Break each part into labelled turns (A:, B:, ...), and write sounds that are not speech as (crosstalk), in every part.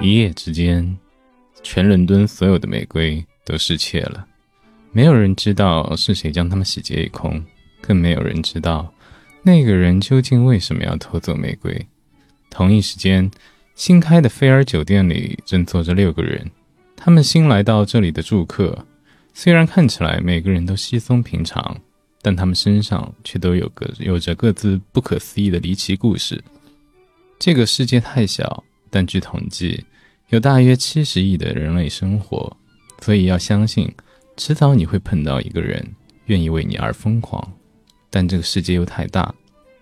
A: 一夜之间，全伦敦所有的玫瑰都失窃了，没有人知道是谁将它们洗劫一空，更没有人知道那个人究竟为什么要偷走玫瑰。同一时间，新开的菲尔酒店里正坐着六个人，他们新来到这里的住客，虽然看起来每个人都稀松平常，但他们身上却都有个有着各自不可思议的离奇故事。这个世界太小，但据统计，有大约七十亿的人类生活，所以要相信，迟早你会碰到一个人愿意为你而疯狂。但这个世界又太大，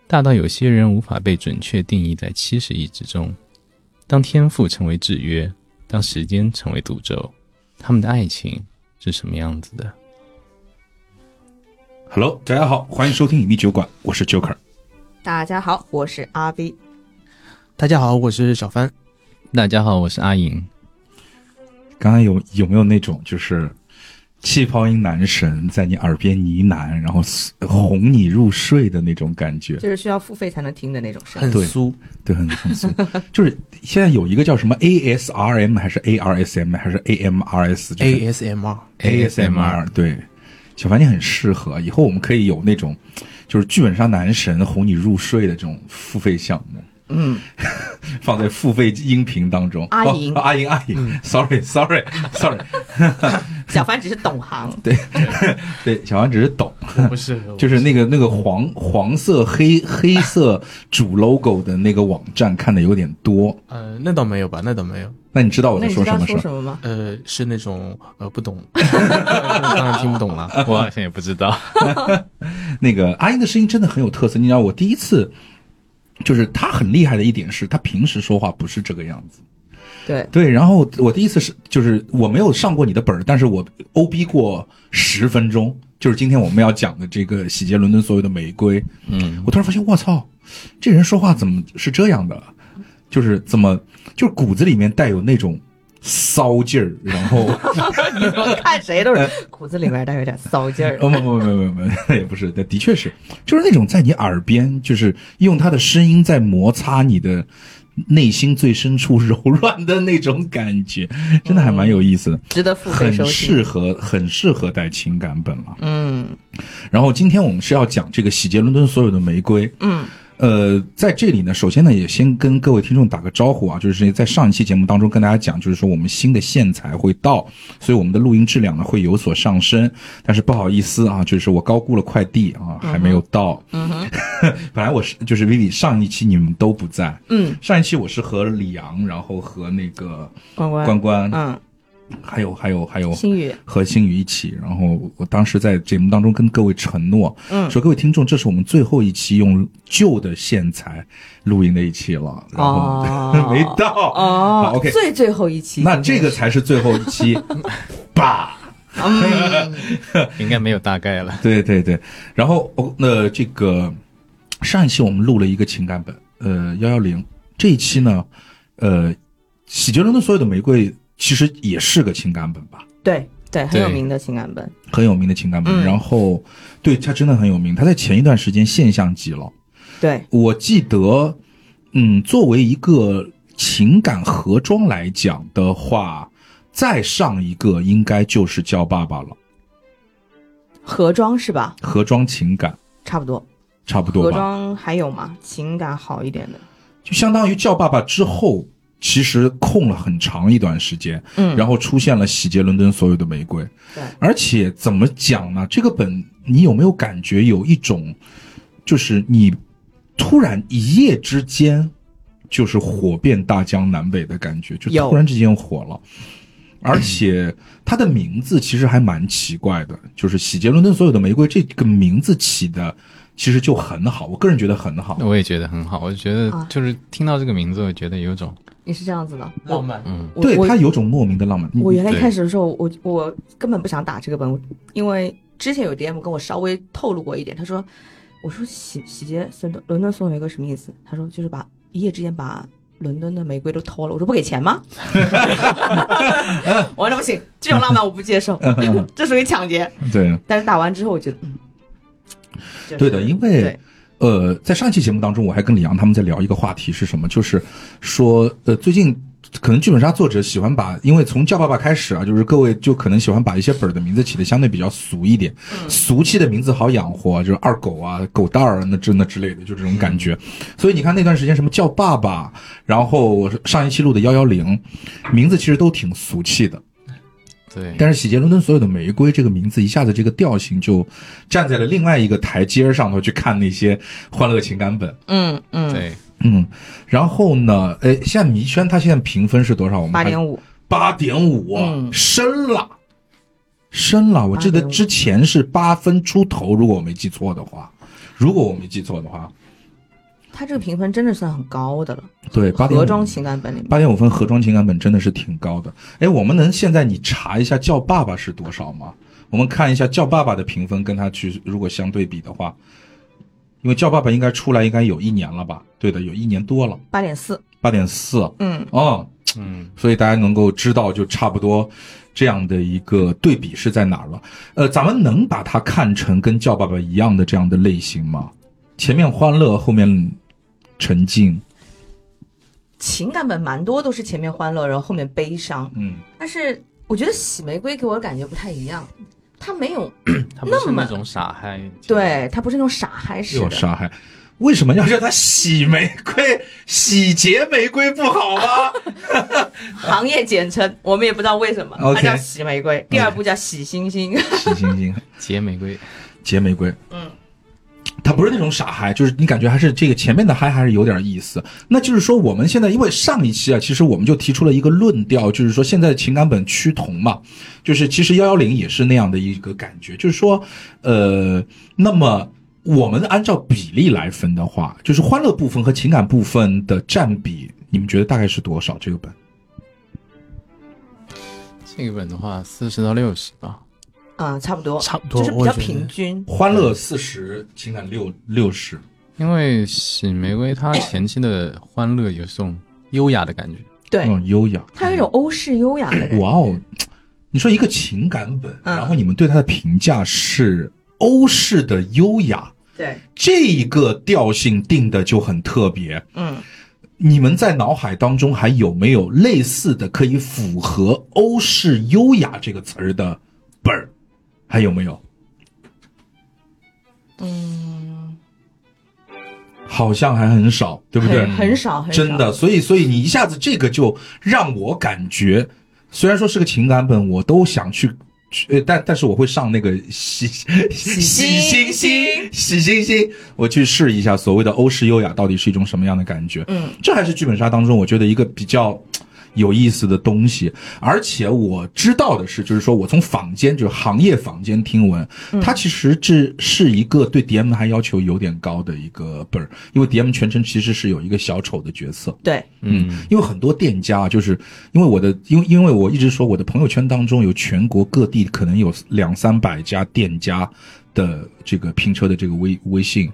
A: 大到有些人无法被准确定义在七十亿之中。当天赋成为制约，当时间成为诅咒，他们的爱情是什么样子的？
B: Hello，大家好，欢迎收听隐秘酒馆，我是 Joker。
C: 大家好，我是阿 B。
D: 大家好，我是小帆。
A: 大家好，我是阿莹。
B: 刚刚有有没有那种就是气泡音男神在你耳边呢喃，然后哄你入睡的那种感觉？
C: 就是需要付费才能听的那种
B: (laughs)
C: 声音。
D: 很
B: 对
D: 酥，
B: 对，很很俗。就是现在有一个叫什么 ASRM 还是 ARSM 还是 AMRS 就是
D: ASMR，
B: ASMR，对，小凡你很适合，以后我们可以有那种就是剧本杀男神哄你入睡的这种付费项目。
C: 嗯，
B: (laughs) 放在付费音频当中。
C: 阿
B: 哦
C: 莹
B: 阿莹，阿莹，sorry，sorry，sorry，
C: 小帆只是懂行，
B: (laughs) 对，小王只是懂，
D: 我不是，
B: 就是那个那个黄黄色黑黑色主 logo 的那个网站看的有点多。
D: 呃，那倒没有吧，那倒没有，
B: 那你知道我
C: 那
B: 在
C: 你知
B: 说什
C: 道
B: 么
C: 说
B: 是
C: 什么吗？
D: 呃，是那种呃不懂，当然听不懂了。
A: (laughs) 我好像也不知道。
B: 那个阿英的声音真的很有特色，你知道我第一次，就是她很厉害的一点是，她平时说话不是这个样子。
C: 对， (laughs)
B: 对，然后我第一次是就是我没有上过你的本儿，但是我 O B 过十分钟，就是今天我们要讲的这个洗劫伦敦所有的玫瑰。
A: 嗯，
B: 我突然发现，我操，这人说话怎么是这样的？就是怎么，就是骨子里面带有那种骚劲儿，然后，
C: 你怎么看谁
B: (laughs)。
C: 都是骨子里面带有点骚劲儿
B: 哦不不不不 (laughs) 不不，也不是，的的确是，就是那种在你耳边，就是用他的声音在摩擦你的内心最深处柔软的那种感觉，真的还蛮有意思的，
C: 值得付费
B: 很
C: 收听。
B: 适合，很适合带情感本了。
C: 嗯
B: 然后今天我们是要讲这个洗劫伦敦所有的玫瑰，
C: 嗯，
B: 呃，在这里呢，首先呢，也先跟各位听众打个招呼啊，就是在上一期节目当中跟大家讲，就是说我们新的线材会到，所以我们的录音质量呢会有所上升。但是不好意思啊，就是我高估了快递啊，还没有到。嗯本来我是就是 Vivi 上一期你们都不在，
C: 嗯，
B: 上一期我是和李阳，然后和那个
C: 关关，
B: 关关，
C: 嗯，
B: 还有还有还有
C: 心宇，
B: 和星宇一起，然后我当时在节目当中跟各位承诺，
C: 嗯
B: (laughs) 说各位听众，这是我们最后一期用旧的线材录音的一期了，然后、
C: 哦
B: (laughs) 没到
C: 哦
B: 好，OK，
C: 最最后一期，
B: 那这个才是最后一期吧？
C: 嗯，
B: (laughs)
A: 应该没有大概了。
B: 对对对，然后哦，那这个上一期我们录了一个情感本，呃，幺幺零，这一期呢，呃，喜结伦的所有的玫瑰其实也是个情感本吧？
C: 对对，很有
A: 对
C: 名的情感本，
B: 很有名的情感本，
C: 嗯
B: 然后对他真的很有名，他在前一段时间现象级了。
C: 对，
B: 我记得，嗯，作为一个情感盒装来讲的话，再上一个应该就是叫爸爸了，
C: 盒装是吧？
B: 盒装情感
C: 差不多，
B: 差不多
C: 盒
B: 吧，
C: 装还有吗？情感好一点的，
B: 就相当于叫爸爸之后，其实空了很长一段时间，
C: 嗯，
B: 然后出现了洗劫伦敦所有的玫瑰。
C: 对
B: 而且怎么讲呢？这个本你有没有感觉有一种，就是你突然一夜之间就是火遍大江南北的感觉，就
C: 有
B: 突然之间火了。而且它的名字其实还蛮奇怪的，就是洗劫伦敦所有的玫瑰这个名字起的其实就很好，我个人觉得很好。
A: 我也觉得很好，我觉得
C: 啊
A: 就是听到这个名字，我觉得有种
C: 你是这样子的，
D: 浪漫，
A: 嗯，
C: 我
B: 对
C: 我
B: 它有种莫名的浪漫。
C: 我原来一
A: 对
C: 开始的时候，我我根本不想打这个本，因为之前有 DM 跟我稍微透露过一点，他说，我说洗洗劫伦敦伦敦送玫瑰什么意思？他说就是把一夜之间把伦敦的玫瑰都偷了。我说不给钱吗？ (laughs) 我说那不行，这种浪漫我不接
B: 嗯
C: 受， (laughs) 这属于抢劫。
B: 对
C: 但是打完之后，我觉得，嗯，就是
B: 对的，因为
C: 对
B: 呃，在上期节目当中，我还跟李阳他们在聊一个话题是什么？就是说，呃，最近可能剧本杀作者喜欢把，因为从叫爸爸开始啊，就是各位就可能喜欢把一些本儿的名字起的相对比较俗一点，
C: 嗯
B: 俗气的名字好养活，就是二狗啊、狗蛋儿啊那之那之类的，就这种感觉。
C: 嗯
B: 所以你看那段时间什么叫爸爸，然后我上一期录的幺幺零，名字其实都挺俗气的，
A: 对，
B: 但是喜结伦敦所有的玫瑰这个名字一下子这个调性就站在了另外一个台阶上头去看那些欢乐情感本。
C: 嗯嗯，
A: 对，
B: 嗯，然后呢，哎，现在迷圈它现在评分是多少？我们
C: 八
B: 还
C: 点五，
B: 八点五
C: 嗯，
B: 升了，升了。我记得
C: 8.5
B: 之前是八分出头，如果我没记错的话，如果我没记错的话，
C: 它这个评分真的算很高的了。
B: 对，八点
C: 盒装
B: 五。
C: 情感本里面
B: 八点五分盒装情感本真的是挺高的。哎，我们能现在你查一下叫爸爸是多少吗？我们看一下叫爸爸的评分，跟他去如果相对比的话，因为叫爸爸应该出来应该有一年了吧？对的，有一年多了，
C: 八点四，
B: 八点四。
C: 嗯，
B: 哦，
A: 嗯，
B: 所以大家能够知道就差不多这样的一个对比是在哪儿了。呃，咱们能把它看成跟《叫爸爸》一样的这样的类型吗？前面欢乐，后面沉静。
C: 情感本蛮多都是前面欢乐，然后后面悲伤，
B: 嗯，
C: 但是我觉得洗玫瑰给我的感觉不太一样，它没有，
A: 他不是
C: 那么
A: 那种傻嗨，
C: 对，它不是那种傻嗨式
B: 又
C: 的，
B: 杀害。为什么要叫它洗玫瑰、洗劫玫瑰不好吗？
C: 行业简称，我们也不知道为什么，它
B: OK
C: 叫洗玫瑰，第二部叫洗星星，
B: (laughs)
C: (laughs)
B: 洗星星、
A: 结玫瑰，
B: 劫玫瑰，
C: 嗯，
B: 它不是那种傻嗨，就是你感觉还是这个前面的嗨还是有点意思。那就是说，我们现在因为上一期啊，其实我们就提出了一个论调，就是说现在情感本趋同嘛，就是其实幺幺零也是那样的一个感觉，就是说，呃，那么。我们按照比例来分的话，就是欢乐部分和情感部分的占比，你们觉得大概是多少？这个本
A: 这个本的话四十到六十吧，
C: 啊，差不多，
D: 差不多，
C: 就是比较
D: 我觉得
C: 平均，
B: 欢乐四十，情感六六十。
A: 因为洗玫瑰它前期的欢乐有种优雅的感觉，
C: 对，
B: 嗯，优雅。
C: 它有一种欧式优雅的感觉。
B: 哇哦，你说一个情感本，
C: 嗯
B: 然后你们对它的评价是欧式的优雅，
C: 对，
B: 这一个调性定的就很特别。
C: 嗯，
B: 你们在脑海当中还有没有类似的可以符合“欧式优雅”这个词儿的本儿？还有没有？嗯，好像还很少，对不对？
C: 很很少很少，
B: 真的，所以所以你一下子这个就让我感觉，虽然说是个情感本，我都想去。去呃，但但是我会上那个喜喜喜星星喜星星，我去试一下所谓的欧式优雅到底是一种什么样的感觉。
C: 嗯，
B: 这还是剧本杀当中我觉得一个比较有意思的东西。而且我知道的是，就是说我从坊间，就是行业坊间听闻，它其实这是一个对 DM 还要求有点高的一个本儿，因为 DM 全程其实是有一个小丑的角色。
C: 对，
A: 嗯，
B: 因为很多店家啊，就是因为我的，因为因为我一直说我的朋友圈当中有全国各地可能有两三百家店家的这个拼车的这个微微信，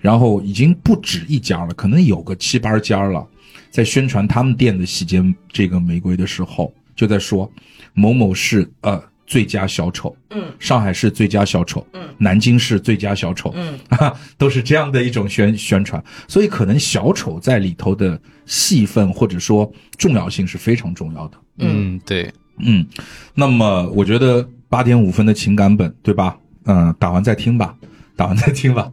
B: 然后已经不止一家了，可能有个七八家了，在宣传他们店的洗劫这个玫瑰的时候，就在说某某市呃最佳小丑，
C: 嗯
B: 上海市最佳小丑，
C: 嗯
B: 南京市最佳小丑，
C: 嗯，
B: (laughs) 都是这样的一种宣宣传，所以可能小丑在里头的戏份或者说重要性是非常重要的。
A: 嗯，对，
B: 嗯，那么我觉得八点五分的情感本，对吧？嗯、打完再听吧，打完再听吧，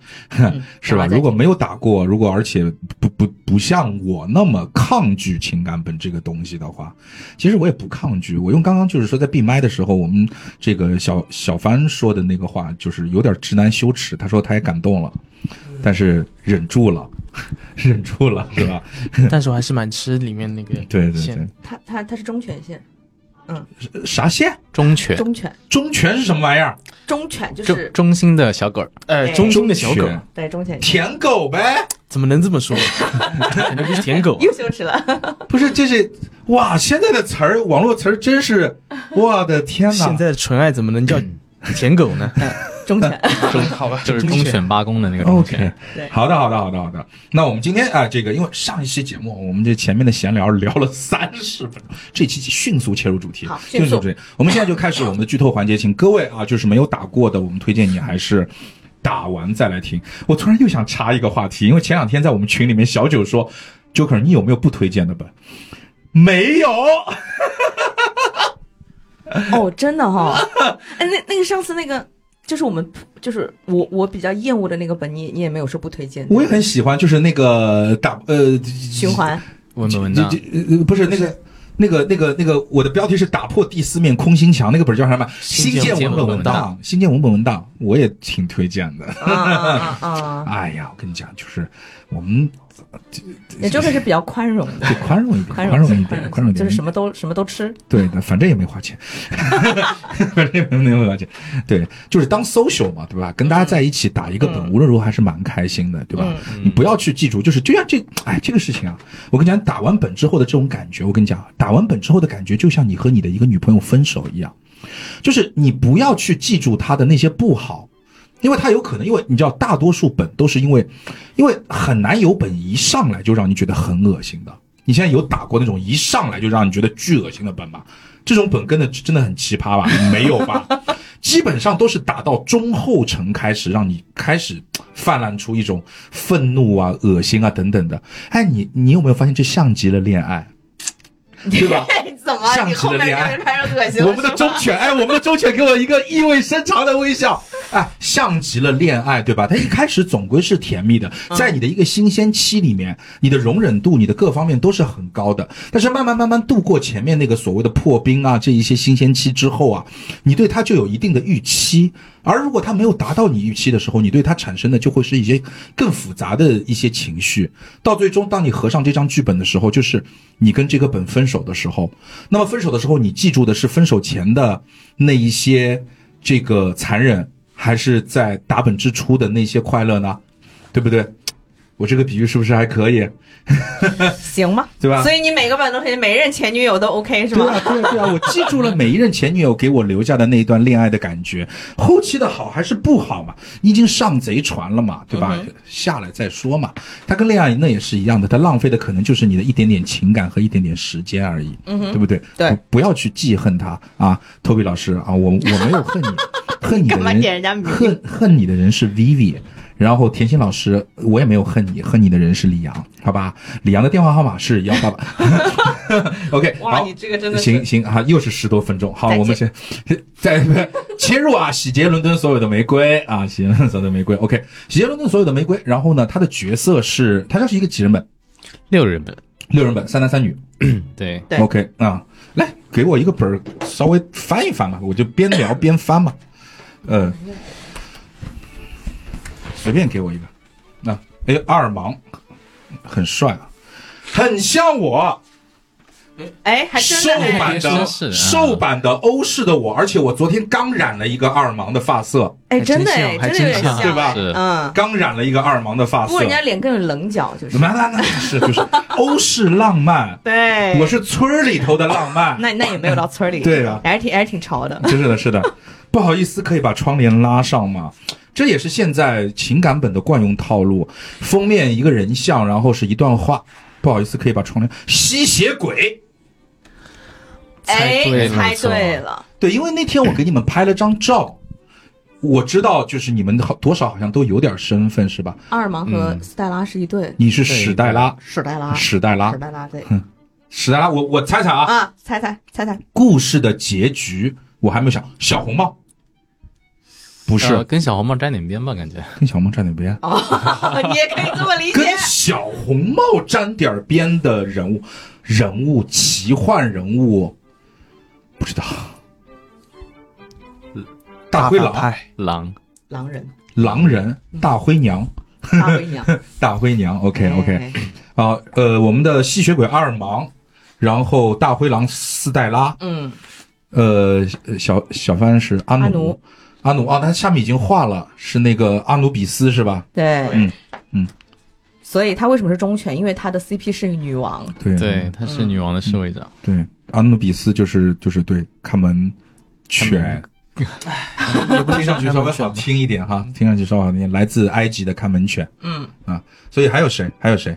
B: 是吧？
C: 打嗯完再听
B: 如果没有打过，如果而且不不不像我那么抗拒情感本这个东西的话，其实我也不抗拒。我用刚刚就是说在闭麦的时候，我们这个小小帆说的那个话，就是有点直男羞耻。他说他也感动了，
D: 嗯
B: 但是忍住了， (laughs) 忍住了，是吧？
D: (laughs) 但是我还是蛮吃里面那个
B: 对对
D: 馅
B: 对，
C: 它它它是中犬线，
B: 呃啥线？
A: 忠犬，
C: 中犬，
B: 忠犬是什么玩意儿？
C: 中犬就
A: 忠
C: 是
A: 忠心的小狗儿，
D: 呃
C: 哎
D: 中中的小狗
B: 犬
C: 对中犬线，
B: 舔狗呗。
D: 怎么能这么 (laughs) 说？肯定不是舔狗啊，
C: 又羞耻了。 (laughs)
B: 不是，这是哇！现在的词儿，网络词儿真
D: (laughs)
B: 是，我的天哪！
D: 现在的纯爱怎么能叫舔狗呢？
C: 中犬，
A: 忠好吧，就是忠犬八公的那个忠
B: OK，
A: 犬，
C: 对
B: 好的，好的，好的，好的。那我们今天啊、这个因为上一期节目我们这前面的闲聊聊了三十分钟，这期迅速切入主题，
C: 好
B: 迅
C: 迅速
B: 主题。我们现在就开始我们的剧透环节，请各位啊，就是没有打过的，我们推荐你还是。打完再来听。我突然又想插一个话题，因为前两天在我们群里面，小九说：“Joker，你有没有不推荐的本？”没有，
C: 哦，真的哈、哎，那那个上次那个，就是我们就是我我比较厌恶的那个本，你你也没有说不推荐，
B: 我也很喜欢，就是那个打呃
C: 循
B: (laughs)
C: 环。
D: 文本文
B: 这
D: 档
B: 这呃不是那个。那个、那个、那个，我的标题是打破第四面空心墙，那个本儿叫什么？
D: 新
B: 新
D: 建
B: 建本
D: 文本
B: 文
D: 文档
B: 档，新建文本文档，我也挺推荐的。
C: 啊啊啊！
B: (laughs)
C: 啊
B: 哎呀，我跟你讲，就是我们
C: 也就是是比较宽容的
B: 得，宽容一点，
C: 宽
B: (laughs) 宽容一点，
C: 宽
B: 宽容一点，
C: 就是什么都什么都吃。
B: 对的，反正也没花钱， (laughs) 反正也没有花钱。对，就是当 social 嘛，对吧？跟大家在一起打一个本，
C: 嗯
B: 无论如何还是蛮开心的，对吧？你不要去记住，就是就像这，哎，这个事情啊，我跟你讲，打完本之后的这种感觉，我跟你讲，啊打完本之后的感觉，就像你和你的一个女朋友分手一样，就是你不要去记住她的那些不好。因为她有可能，因为你知道，大多数本都是因为，因为很难有本一上来就让你觉得很恶心的。你现在有打过那种一上来就让你觉得巨恶心的本吗？这种本跟的真的很奇葩吧？没有吧？ (laughs) 基本上都是打到中后程开始，让你开始泛滥出一种愤怒啊、恶心啊等等的。哎，你你有没有发现这像极了恋爱，对吧？
C: 哎怎啊
B: 像极了恋爱
C: 开始恶
B: 我们的周全，哎，我们的周全给我一个意味深长的微笑，哎，像极了恋爱，对吧？它一开始总归是甜蜜的，在你的一个新鲜期里面，你的容忍度、你的各方面都是很高的。但是慢慢慢慢度过前面那个所谓的破冰啊，这一些新鲜期之后啊，你对它就有一定的预期。而如果它没有达到你预期的时候，你对它产生的就会是一些更复杂的一些情绪。到最终，当你合上这张剧本的时候，就是你跟这个本分手的时候。那么分手的时候，你记住的是分手前的那一些这个残忍，还是在打本之初的那些快乐呢？对不对？我这个比喻是不是还可以？
C: 行吧，
B: 对吧
C: 所以你每个版都可以，每一任前女友都 OK 是
B: 对
C: 吗？
B: 啊，对啊，对啊，我记住了每一任前女友给我留下的那一段恋爱的感觉，后期的好还是不好嘛，已经上贼船了嘛，对吧？
C: 嗯
B: 下来再说嘛。它跟恋爱那也是一样的，它浪费的可能就是你的一点点情感和一点点时间而已，嗯、对不对？
C: 对
B: 不，不要去记恨它啊，托比老师啊，我我没有恨你，恨你的
C: (laughs) 干嘛
B: 人，
C: 点人家名
B: 恨恨你的人是 Vivi。然后甜心老师，我也没有恨你，恨你的人是李阳，好吧？李阳的电话号码是幺八八。OK， (laughs)
C: 哇，
B: 好
C: 你这个真的是
B: 行行啊，又是十多分钟。好，
C: 再见
B: 我们先再切入啊，洗劫伦敦所有的玫瑰啊，洗劫伦敦所有的玫瑰。OK，洗劫伦敦所有的玫瑰。然后呢，他的角色是，他就是一个几人本，
A: 六人本，
B: 六人本，三男三女。
A: 对，
C: 对
B: OK 啊，来给我一个本儿，稍微翻一翻吧，我就边聊边翻嘛。呃，随便给我一个。那、哎，阿尔芒很帅啊，很像我。
C: 哎，还真
B: 瘦
C: 的哎
B: 版的
A: 真是啊
B: 瘦版的欧式的我，而且我昨天刚染了一个阿尔芒的发色，
C: 哎，
D: 还
C: 真的
D: 真
C: 哎，
D: 像还
C: 真的有点
D: 真像
C: 像
B: 对吧啊
A: 是
C: 嗯，
B: 刚染了一个阿尔芒的发色
C: 不过。人家脸更有棱角，就是
B: 那那那是就是欧式浪漫，
C: 对，
B: 我是村儿里头的浪漫，
C: 那那也没有到村里，
B: 对啊
C: 还是挺还是挺潮的。
B: 真是的，是的。不好意思，可以把窗帘拉上吗？这也是现在情感本的惯用套路，封面一个人像，然后是一段话。不好意思，可以把窗帘吸血鬼。
C: 哎
A: 猜，对了
C: 猜
A: 没错
C: 对了，
B: 对，因为那天我给你们拍了张照，我知道就是你们好多少好像都有点身份是吧？
C: 阿尔芒和
A: 嗯
C: 斯黛拉是一对，
B: 你是史黛拉，啊
C: 史黛拉，
B: 史黛
A: 啊
B: 拉
C: 史，黛拉对
A: 嗯
B: 史黛拉，我我猜猜啊，
C: 啊，猜猜猜猜，
B: 故事的结局我还没有想，小红帽不
A: 不
B: 是
A: 呃跟小红帽沾点边吧，感觉
B: 跟小红帽沾点边，啊
C: (laughs) 哦，你也可以这么理解
B: 跟。小红帽沾点边的人物，人物奇幻人物，不知道，大灰
D: 法
B: 狼、
D: 派
A: 狼
C: 狼人，
B: 狼人、大灰娘、
C: 大
A: (laughs)
C: 灰娘。
B: 大灰娘，OK OK。
C: 哎
B: 啊，呃，我们的吸血鬼阿尔芒，然后大灰狼斯黛拉，
C: 嗯，
B: 呃，小小帆是阿
C: 阿
B: 努
C: 努，
B: 阿努啊，他下面已经画了，是那个阿努比斯是吧？
C: 对，
B: 嗯嗯，
C: 所以他为什么是忠犬？因为他的 CP 是女王，
B: 对
A: 对，她是女王的侍卫长，
C: 嗯
B: 对，阿努比斯就是就是对看门犬， (laughs) 听上去稍微好听一点哈，听上去稍微好听一点，来自埃及的看门犬
C: 嗯，
B: 啊，所以还有谁？还有谁？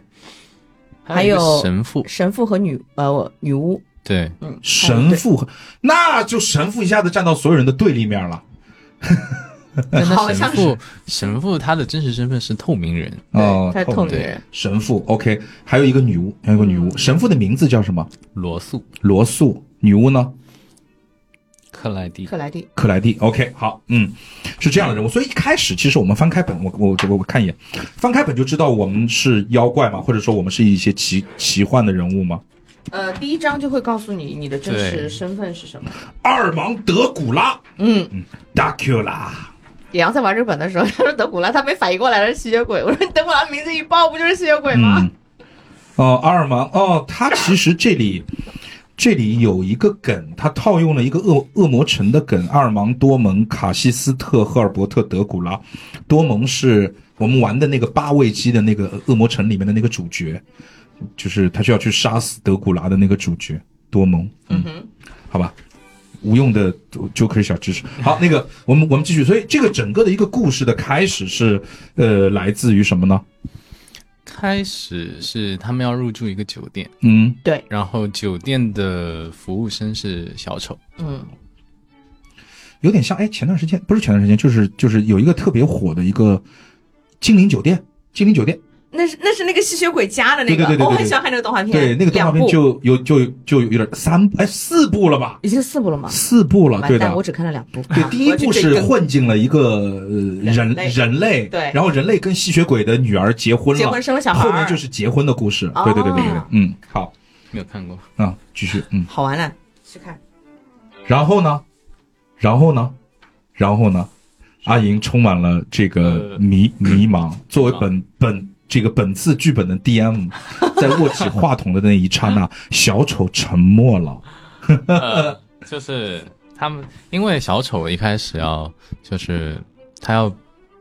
A: 还
C: 还
A: 一
C: 有
A: 个神父，
C: 神父和女呃女巫，
A: 对，
C: 嗯，
B: 神父，那就神父一下子站到所有人的对立面了。
A: 但那
C: 好
A: 神
C: 像
A: 父，神父他的真实身份是透明人，
B: 哦，
C: 他是透
B: 透
C: 明
B: 明
C: 人，
B: 神父，OK，还有一个女巫，还有一个女巫，神父的名字叫什么？
A: 罗素
B: 罗素，女巫呢？
A: 克莱蒂
C: 克。莱蒂，
B: 克莱蒂，OK，好，嗯，是这样的人物。所以一开始，其实我们翻开本，我我我我看一眼，翻开本就知道我们是妖怪嘛，或者说我们是一些奇奇幻的人物嘛。
C: 呃，第一章就会告诉你你的真
A: 对
C: 实身份是什么。
B: 阿尔芒德古拉，
C: 嗯，
B: Dracula，
C: 野羊在玩这本的时候，他说德古拉，他没反应过来是吸血鬼。我说你德古拉名字一报不就是吸血鬼吗？
B: 嗯，哦，阿尔芒，哦，他其实这里这里有一个梗，他套用了一个恶恶魔城的梗，阿尔芒多蒙、卡西斯特、赫尔伯特、德古拉，多蒙是我们玩的那个八位机的那个恶魔城里面的那个主角，就是他需要去杀死德古拉的那个主角多蒙，
C: 嗯哼，
B: 好吧，无用的 Joker 小知识。好，那个我们我们继续，所以这个整个的一个故事的开始是呃来自于什么呢？
A: 开始是他们要入住一个酒店，
B: 嗯，
C: 对，
A: 然后酒店的服务生是小丑，
C: 嗯，
B: 有点像哎，前段时间不是前段时间，就是就是有一个特别火的一个精灵酒店。精灵酒店，
C: 那是那是那个吸血鬼家的那
B: 对
C: 个，
B: 对对对对
C: 我很喜欢看那个动画片，
B: 对那个动画片
C: 两部
B: 就有就就有点三哎四部了吧，
C: 已经四部了吗？
B: 四部了，对
C: 完蛋，
B: 的
C: 我，只看了两部。
B: 对
C: 啊，
B: 第一部是
C: 我要去
B: 混进了一个呃人
C: 人类
B: 人类，
C: 对
B: 然后人类跟吸血鬼的女儿结婚
C: 追根结
B: 了，
C: 婚生了小孩儿，
B: 后面就是结婚的故事，对对对对对对
C: 哦，
B: 嗯，好，
A: 没有看过。
B: 啊，继续，嗯，
C: 好玩呢，去看。
B: 然后呢，然后呢，然后呢，阿银充满了这个
A: 呃
B: 迷嗯迷茫。作为本本这个本次剧本的 (laughs) DM，在握起话筒的那一刹那，小丑沉默了。
A: 呃，就是他们，因为小丑一开始要就是他要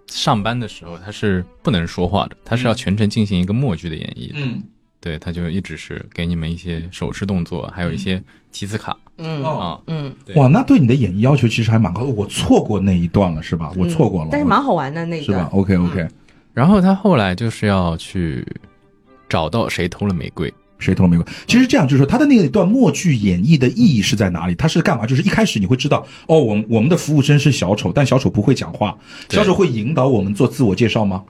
A: 上班的时候，他是不能说话的，他是要全程进行一个默剧的演绎的。
B: 嗯，
A: 对，他就一直是给你们一些手势动作，还有一些提词卡
C: 嗯
B: 哦
A: 啊。
C: 嗯，
A: 对
B: 哇，那对你的演绎要求其实还蛮高的。我错过那一段了，是吧？我错过了，
C: 嗯但是蛮好玩的那
B: 是吧
C: (laughs) 个。
B: ？OK OK，
A: 然后他后来就是要去找到谁偷了玫瑰，
B: 谁偷了玫瑰？其实这样就是说，他的那一段默剧演绎的意义是在哪里？他是干嘛？就是一开始你会知道，哦，我们我们的服务生是小丑，但小丑不会讲话，
A: 对
B: 小丑会引导我们做自我介绍吗？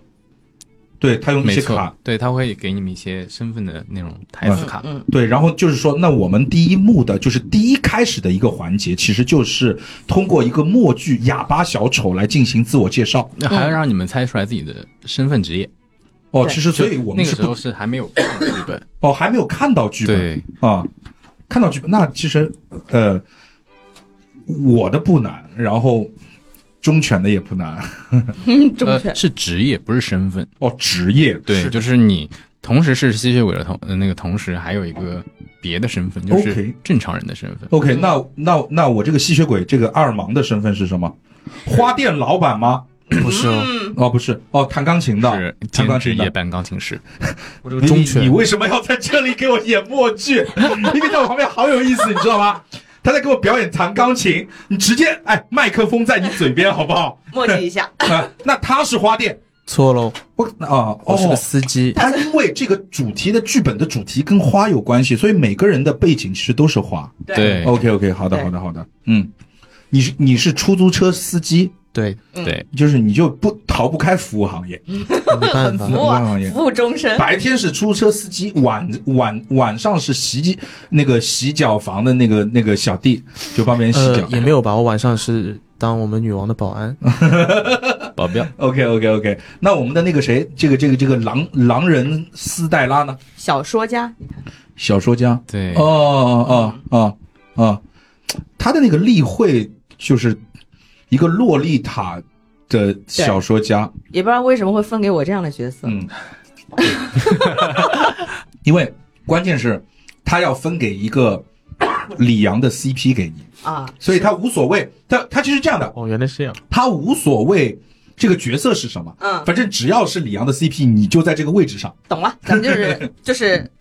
B: 对他用一
A: 没
B: 些
A: 错
B: 卡，，
A: 对，他会给你们一些身份的那种台词卡。
C: 嗯，
B: 对，然后就是说，那我们第一幕的就是第一开始的一个环节，其实就是通过一个默剧哑巴小丑来进行自我介绍。
A: 那还要让你们猜出来自己的身份职业，
B: 哦，
C: 对
B: 其实所以我
A: 那
B: 们
A: 个
B: 是
A: 时候
B: 不
A: 是还没有看剧
B: (coughs)
A: 本，
B: 哦还没有看到剧本，
A: 对，
B: 啊，看到剧本，那其实呃，我的不难，然后忠犬的也不难
C: 嗯，正确
A: 呃，。是职业不是身份，
B: 哦，职业
A: 对，
B: 是
A: 就是你同时是吸血鬼的同呃那个同时还有一个别的身份，就
B: OK
A: 是正常人的身份，
B: OK，那那那我这个吸血鬼这个阿尔芒的身份是什么？花店老板吗？
A: 不是哦，
D: 嗯
B: 哦，不是，哦，弹钢琴的，
A: 是
B: 弹
A: 兼
B: 钢
A: 职
B: 琴
A: 夜
B: 的。
A: 班钢琴师。
D: 我这个
B: 你
D: 忠
B: 你你
D: 犬，
B: 为什么要在这里给我演默剧？因为在我旁边好有意思，你知道吗？他在给我表演弹钢琴，你直接哎，麦克风在你嘴边，好不好？
C: 默契一下，
B: 啊，那他是花店，
D: 错喽，
B: 我啊，
D: 我
B: 哦，
D: 是个司机。
B: 它因为这个主题的剧本的主题跟花有关系，所以每个人的背景其实都是花。
A: 对
B: OK OK，好的
C: 对
B: 好的好的，嗯，你是你是出租车司机，
D: 对，
A: 对，
B: 就是你就不逃不开服务行业，
D: 没办法呃
B: 服，务啊行业
C: 服务终身。
B: 白天是出租车司机，晚晚晚上是洗那个洗脚房的那个那个小弟，就帮别人洗
D: 呃
B: 脚。，
D: 也没有吧。我晚上是当我们女王的保安，
A: 保镖
B: OK OK OK，那我们的那个谁，这个这个这个狼狼人斯黛拉呢？
C: 小说家，你看，
B: 小说家，
A: 对，
B: 哦哦哦哦哦，他的那个例会就是一个洛丽塔的小说家，
C: 也不知道为什么会分给我这样的角色。
B: 嗯，因为关键是他要分给一个李阳的 CP 给你，
C: 啊，
B: 所以他无所谓，他他其实这样的，
D: 哦，原来是这样。
B: 他无所谓这个角色是什么，
C: 嗯，
B: 反正只要是李阳的 CP，你就在这个位置上，
C: 懂了，咱们就是
B: (laughs)
C: 就是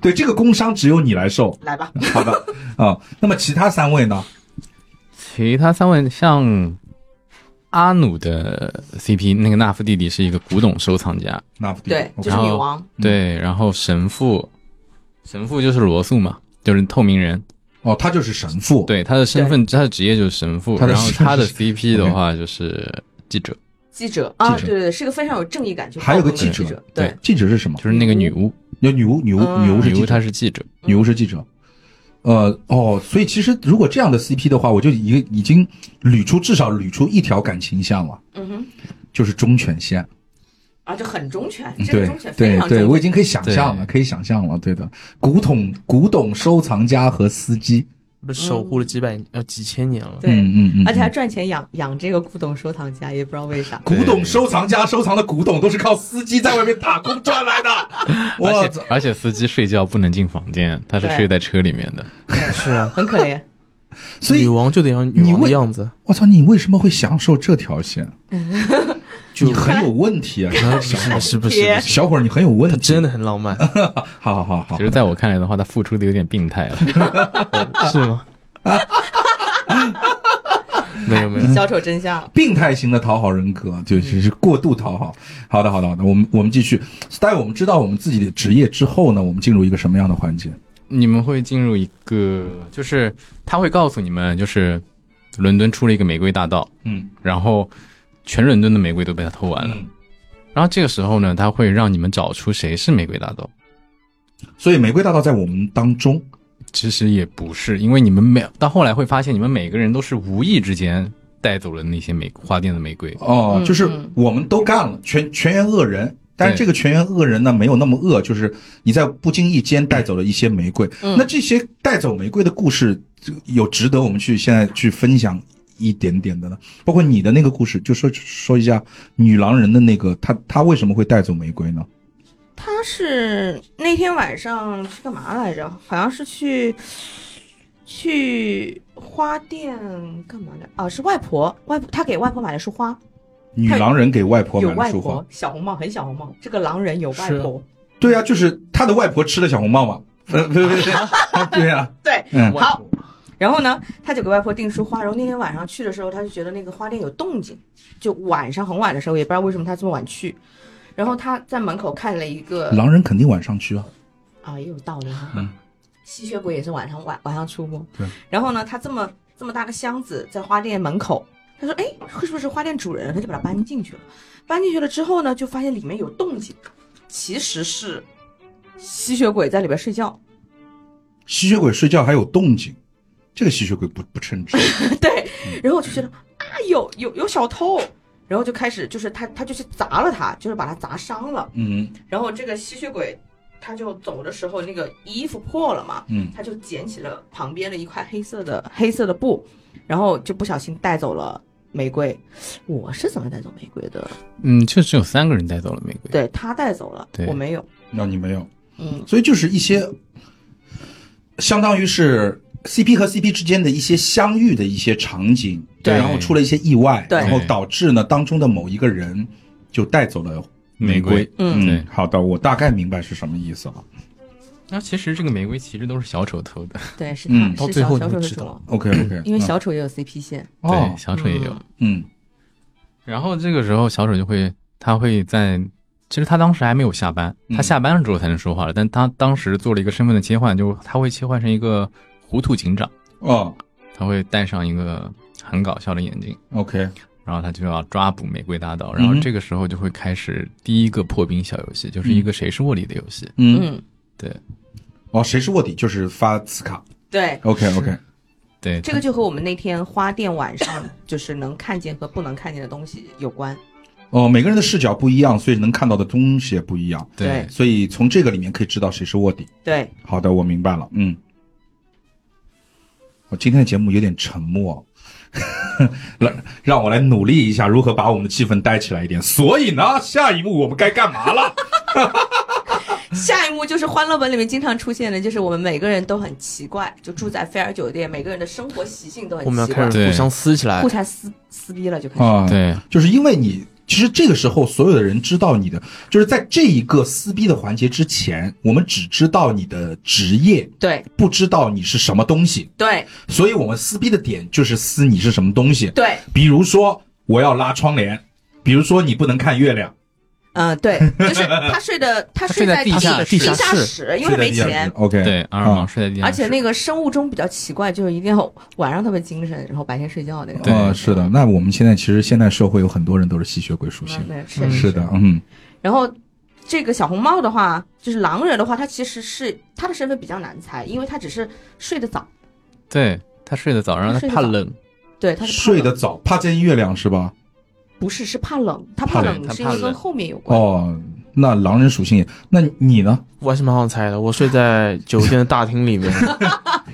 B: 对这个工伤只有你来受，
C: 来吧，
B: 好的啊、那么其他三位呢？
A: 其他三位像阿努的 CP 那个纳夫弟弟是一个古董收藏家，
B: 那不
C: 对，就是
A: 然后
C: 女
B: 嗯
C: 王，
A: 对，然后神父，神父就是罗素嘛，就是透明人，
B: 哦，他就是神父，，
A: 对，他的身份，他的职业就是神父，
B: 他的
A: 然后
B: 身份
A: 他的
B: 是
A: CP 的话就是记者，
C: 记者啊，
B: 记
C: 对
B: 者
C: 对对，是个非常有正义感去
B: 还有个
C: 报道的
B: 记者
C: 者，对，
B: 记者是什么？
A: 就是那个女巫，
B: 那女巫，女巫，
C: 嗯
B: 女巫是
A: 女
B: 记
A: 巫
B: 者
A: 她，是记者，
B: 女巫是记者。呃，哦，所以其实如果这样的 CP 的话，我就已已经捋出至少捋出一条感情线了，
C: 嗯哼，
B: 就是忠犬线。嗯
C: 啊，就很忠犬，这个
B: 对
C: 忠犬非
B: 对
C: 常
B: 对，我
C: 忠
B: 已经可以想象了，
A: 对
B: 可以想象了，对的。古董古董收藏家和司机，
D: 被守护了几百呃几千年了。
C: 对
B: 嗯嗯嗯，
C: 而且还赚钱养养这个古董收藏家，也不知道为啥。
B: 古董收藏家收藏的古董都是靠司机在外面打工赚来的。我
A: 而且
B: (laughs) 操！
A: 而且司机睡觉不能进房间，他是
C: 对
A: 睡在车里面的。
D: 是啊，
C: 很可怜，
B: (laughs) 所
D: 女
B: 以
D: 王就得要女
B: 你
D: 王的
B: 为
D: 样子。
B: 我操，你为什么会享受这条
C: (laughs)
B: 线？
D: 就
B: 你很有问题啊，
D: 啊不 (laughs) 是不是
C: (laughs)
D: 不是
C: 别
D: 不是，
B: 小伙儿，你很有问
D: 他
B: 题。
D: 真的，很
C: (laughs)
D: 浪漫，
B: 好好好好
A: 其，实，在我看来的话，他付出的有点病态了。
B: (laughs)
D: 是吗？没有没有，
C: 小丑真相。
B: 病态型的讨好人格，就就是过度讨好。好的，好的，好的，我们我们继续。待我们知道我们自己的职业之后呢，我们进入一个什么样的环节？
A: 你们会进入一个，就是他会告诉你们，就是伦敦出了一个玫瑰大盗，
B: 嗯，
A: 然后全伦敦的玫瑰都被他偷完了。然后这个时候呢，他会让你们找出谁是玫瑰大盗。
B: 所以玫瑰大道在我们当中，
A: 其实也不是，因为你们每到后来会发现，你们每个人都是无意之间带走了那些玫花店的玫瑰。
B: 哦，
C: 嗯
B: 就是
C: 嗯
B: 我们都干了，全全员恶人。但是
A: 对
B: 这个全员恶人呢，没有那么恶，就是你在不经意间带走了一些玫瑰。
C: 嗯
B: 那这些带走玫瑰的故事，有值得我们去现在去分享一点点的呢？包括你的那个故事，就说说一下女狼人的那个，她她为什么会带走玫瑰呢？
C: 他是那天晚上去干嘛来着？好像是去去花店干嘛的啊？是外婆，外婆他给外婆买的束花，
B: 女狼人给外婆
C: 有
B: 买
C: 外
B: 了束花
C: 婆，小红帽，很小红帽。这个狼人有外
D: 是
C: 婆，
B: 对啊，就是她的外婆吃了小红帽嘛。呃对对对，对啊，
C: 对，
B: 嗯，
C: 好。然后呢，他就给外婆订束花。然后那天晚上去的时候，他就觉得那个花店有动静，就晚上很晚的时候，也不知道为什么他这么晚去。然后他在门口看了一个
B: 狼人肯定晚上去啊。
C: 啊，也有道理哈。
B: 嗯
C: 吸血鬼也是晚上晚晚上出没。
B: 对。
C: 然后呢，他这么这么大个箱子在花店门口，他说：“哎，是不是花店主人？”他就把它搬进去了。搬进去了之后呢，就发现里面有动静，其实是吸血鬼在里边睡觉。
B: 吸血鬼睡觉还有动静，这个吸血鬼不不称职。
C: 对。然后我就觉得啊，有有有小偷。然后就开始就是他他就去砸了他，就是把他砸伤了。
B: 嗯
C: 然后这个吸血鬼他就走的时候，那个衣服破了嘛，
B: 嗯，
C: 他就捡起了旁边的一块黑色的黑色的布，然后就不小心带走了玫瑰。我是怎么带走玫瑰的？
A: 嗯，就只有三个人带走了玫瑰。
C: 对他带走了
A: 对，
C: 我没有。
B: 那你没有，
C: 嗯，
B: 所以就是一些，相当于是 CP 和 CP 之间的一些相遇的一些场景，
A: 对
B: 然后出了一些意外，
C: 对
B: 然后导致呢当中的某一个人就带走了
A: 玫瑰
B: 瑰。
C: 嗯
A: 对
B: 好的，我大概明白是什么意思了。
A: 那其实这个玫瑰其实都是小丑偷的，
C: 对，是
B: 嗯
D: 到最后你会
C: 是
D: 知道嗯
C: 主谋
B: OK OK，
C: 丑也有 CP 线，
B: 嗯哦
A: (laughs) 对，，小丑也有。
C: 嗯
B: 嗯
A: 然后这个时候，小丑就会，他会在，其实他当时还没有下班，
B: 嗯
A: 他下班了之后才能说话了。但他当时做了一个身份的切换，就他会切换成一个糊涂警长，
B: 哦
A: 他会戴上一个很搞笑的眼镜，
B: OK，
A: 然后他就要抓捕玫瑰大盗。
B: 嗯
A: 然后这个时候就会开始第一个破冰小游戏，就是一个谁是卧底的游戏。
B: 嗯，
C: 嗯，
A: 对
B: 哦，谁是卧底就是发磁卡。
C: 对。
D: 嗯
B: OK OK，
A: 对，
C: 这个就和我们那天花店晚上就是能看见和不能看见的东西有关。
B: 哦，每个人的视角不一样，所以能看到的东西也不一样，
A: 对
B: 所以从这个里面可以知道谁是卧底。
C: 对，
B: 好的，我明白了。嗯，我今天的节目有点沉默， (laughs) 让让我来努力一下，如何把我们的气氛带起来一点。所以呢，下一幕我们该干嘛了？
C: 下一幕就是《欢乐本》里面经常出现的，就是我们每个人都很奇怪，就住在菲尔酒店，每个人的生活习性都很
D: 我们要
C: 奇
D: 开
C: 怪，
D: 始互相撕起来
C: 互。相撕撕逼了就开始。
B: 啊，，
A: 对
B: 就是因为你。其实这个时候，所有的人知道你的，就是在这一个撕逼的环节之前，我们只知道你的职业，
C: 对
B: 不知道你是什么东西。
C: 对
B: 所以我们撕逼的点就是撕你是什么东西。
C: 对，
B: 比如说我要拉窗帘，比如说你不能看月亮，
C: 嗯，对，就是他睡的，他
D: 他
C: 睡
D: 睡在
C: 在
D: 地
C: 下
D: 下地下室
C: 室，因为没钱。
B: OK，啊
A: 对，阿尔芒睡在地下
C: 而
A: 室，
C: 且那个生物钟比较奇怪，就是一定要晚上特别精神，然后白天睡觉那种。
A: 对
B: 呃，是的。那我们现在其实现代社会有很多人都是吸血鬼属性
C: 嗯，，对，
D: 嗯
C: 是
B: 是的，嗯，
C: 然后这个小红帽的话，就是狼人的话，他其实是他的身份比较难猜，因为他只是睡得早，
A: 对他睡得早，然后他
C: 睡得
A: 怕
C: 早
A: 冷，
C: 对，他是怕冷
B: 睡得早，怕见月亮是吧？
C: 不是是怕冷，他
A: 怕
C: 怕
A: 冷
C: 冷
A: 他
C: 是
A: 怕
C: 因为跟
A: 冷
C: 后面有关。
B: 哦，那狼人属性也，那你呢？
D: 我还是蛮好猜的。我睡在酒店的大厅里
C: (laughs)
D: 面，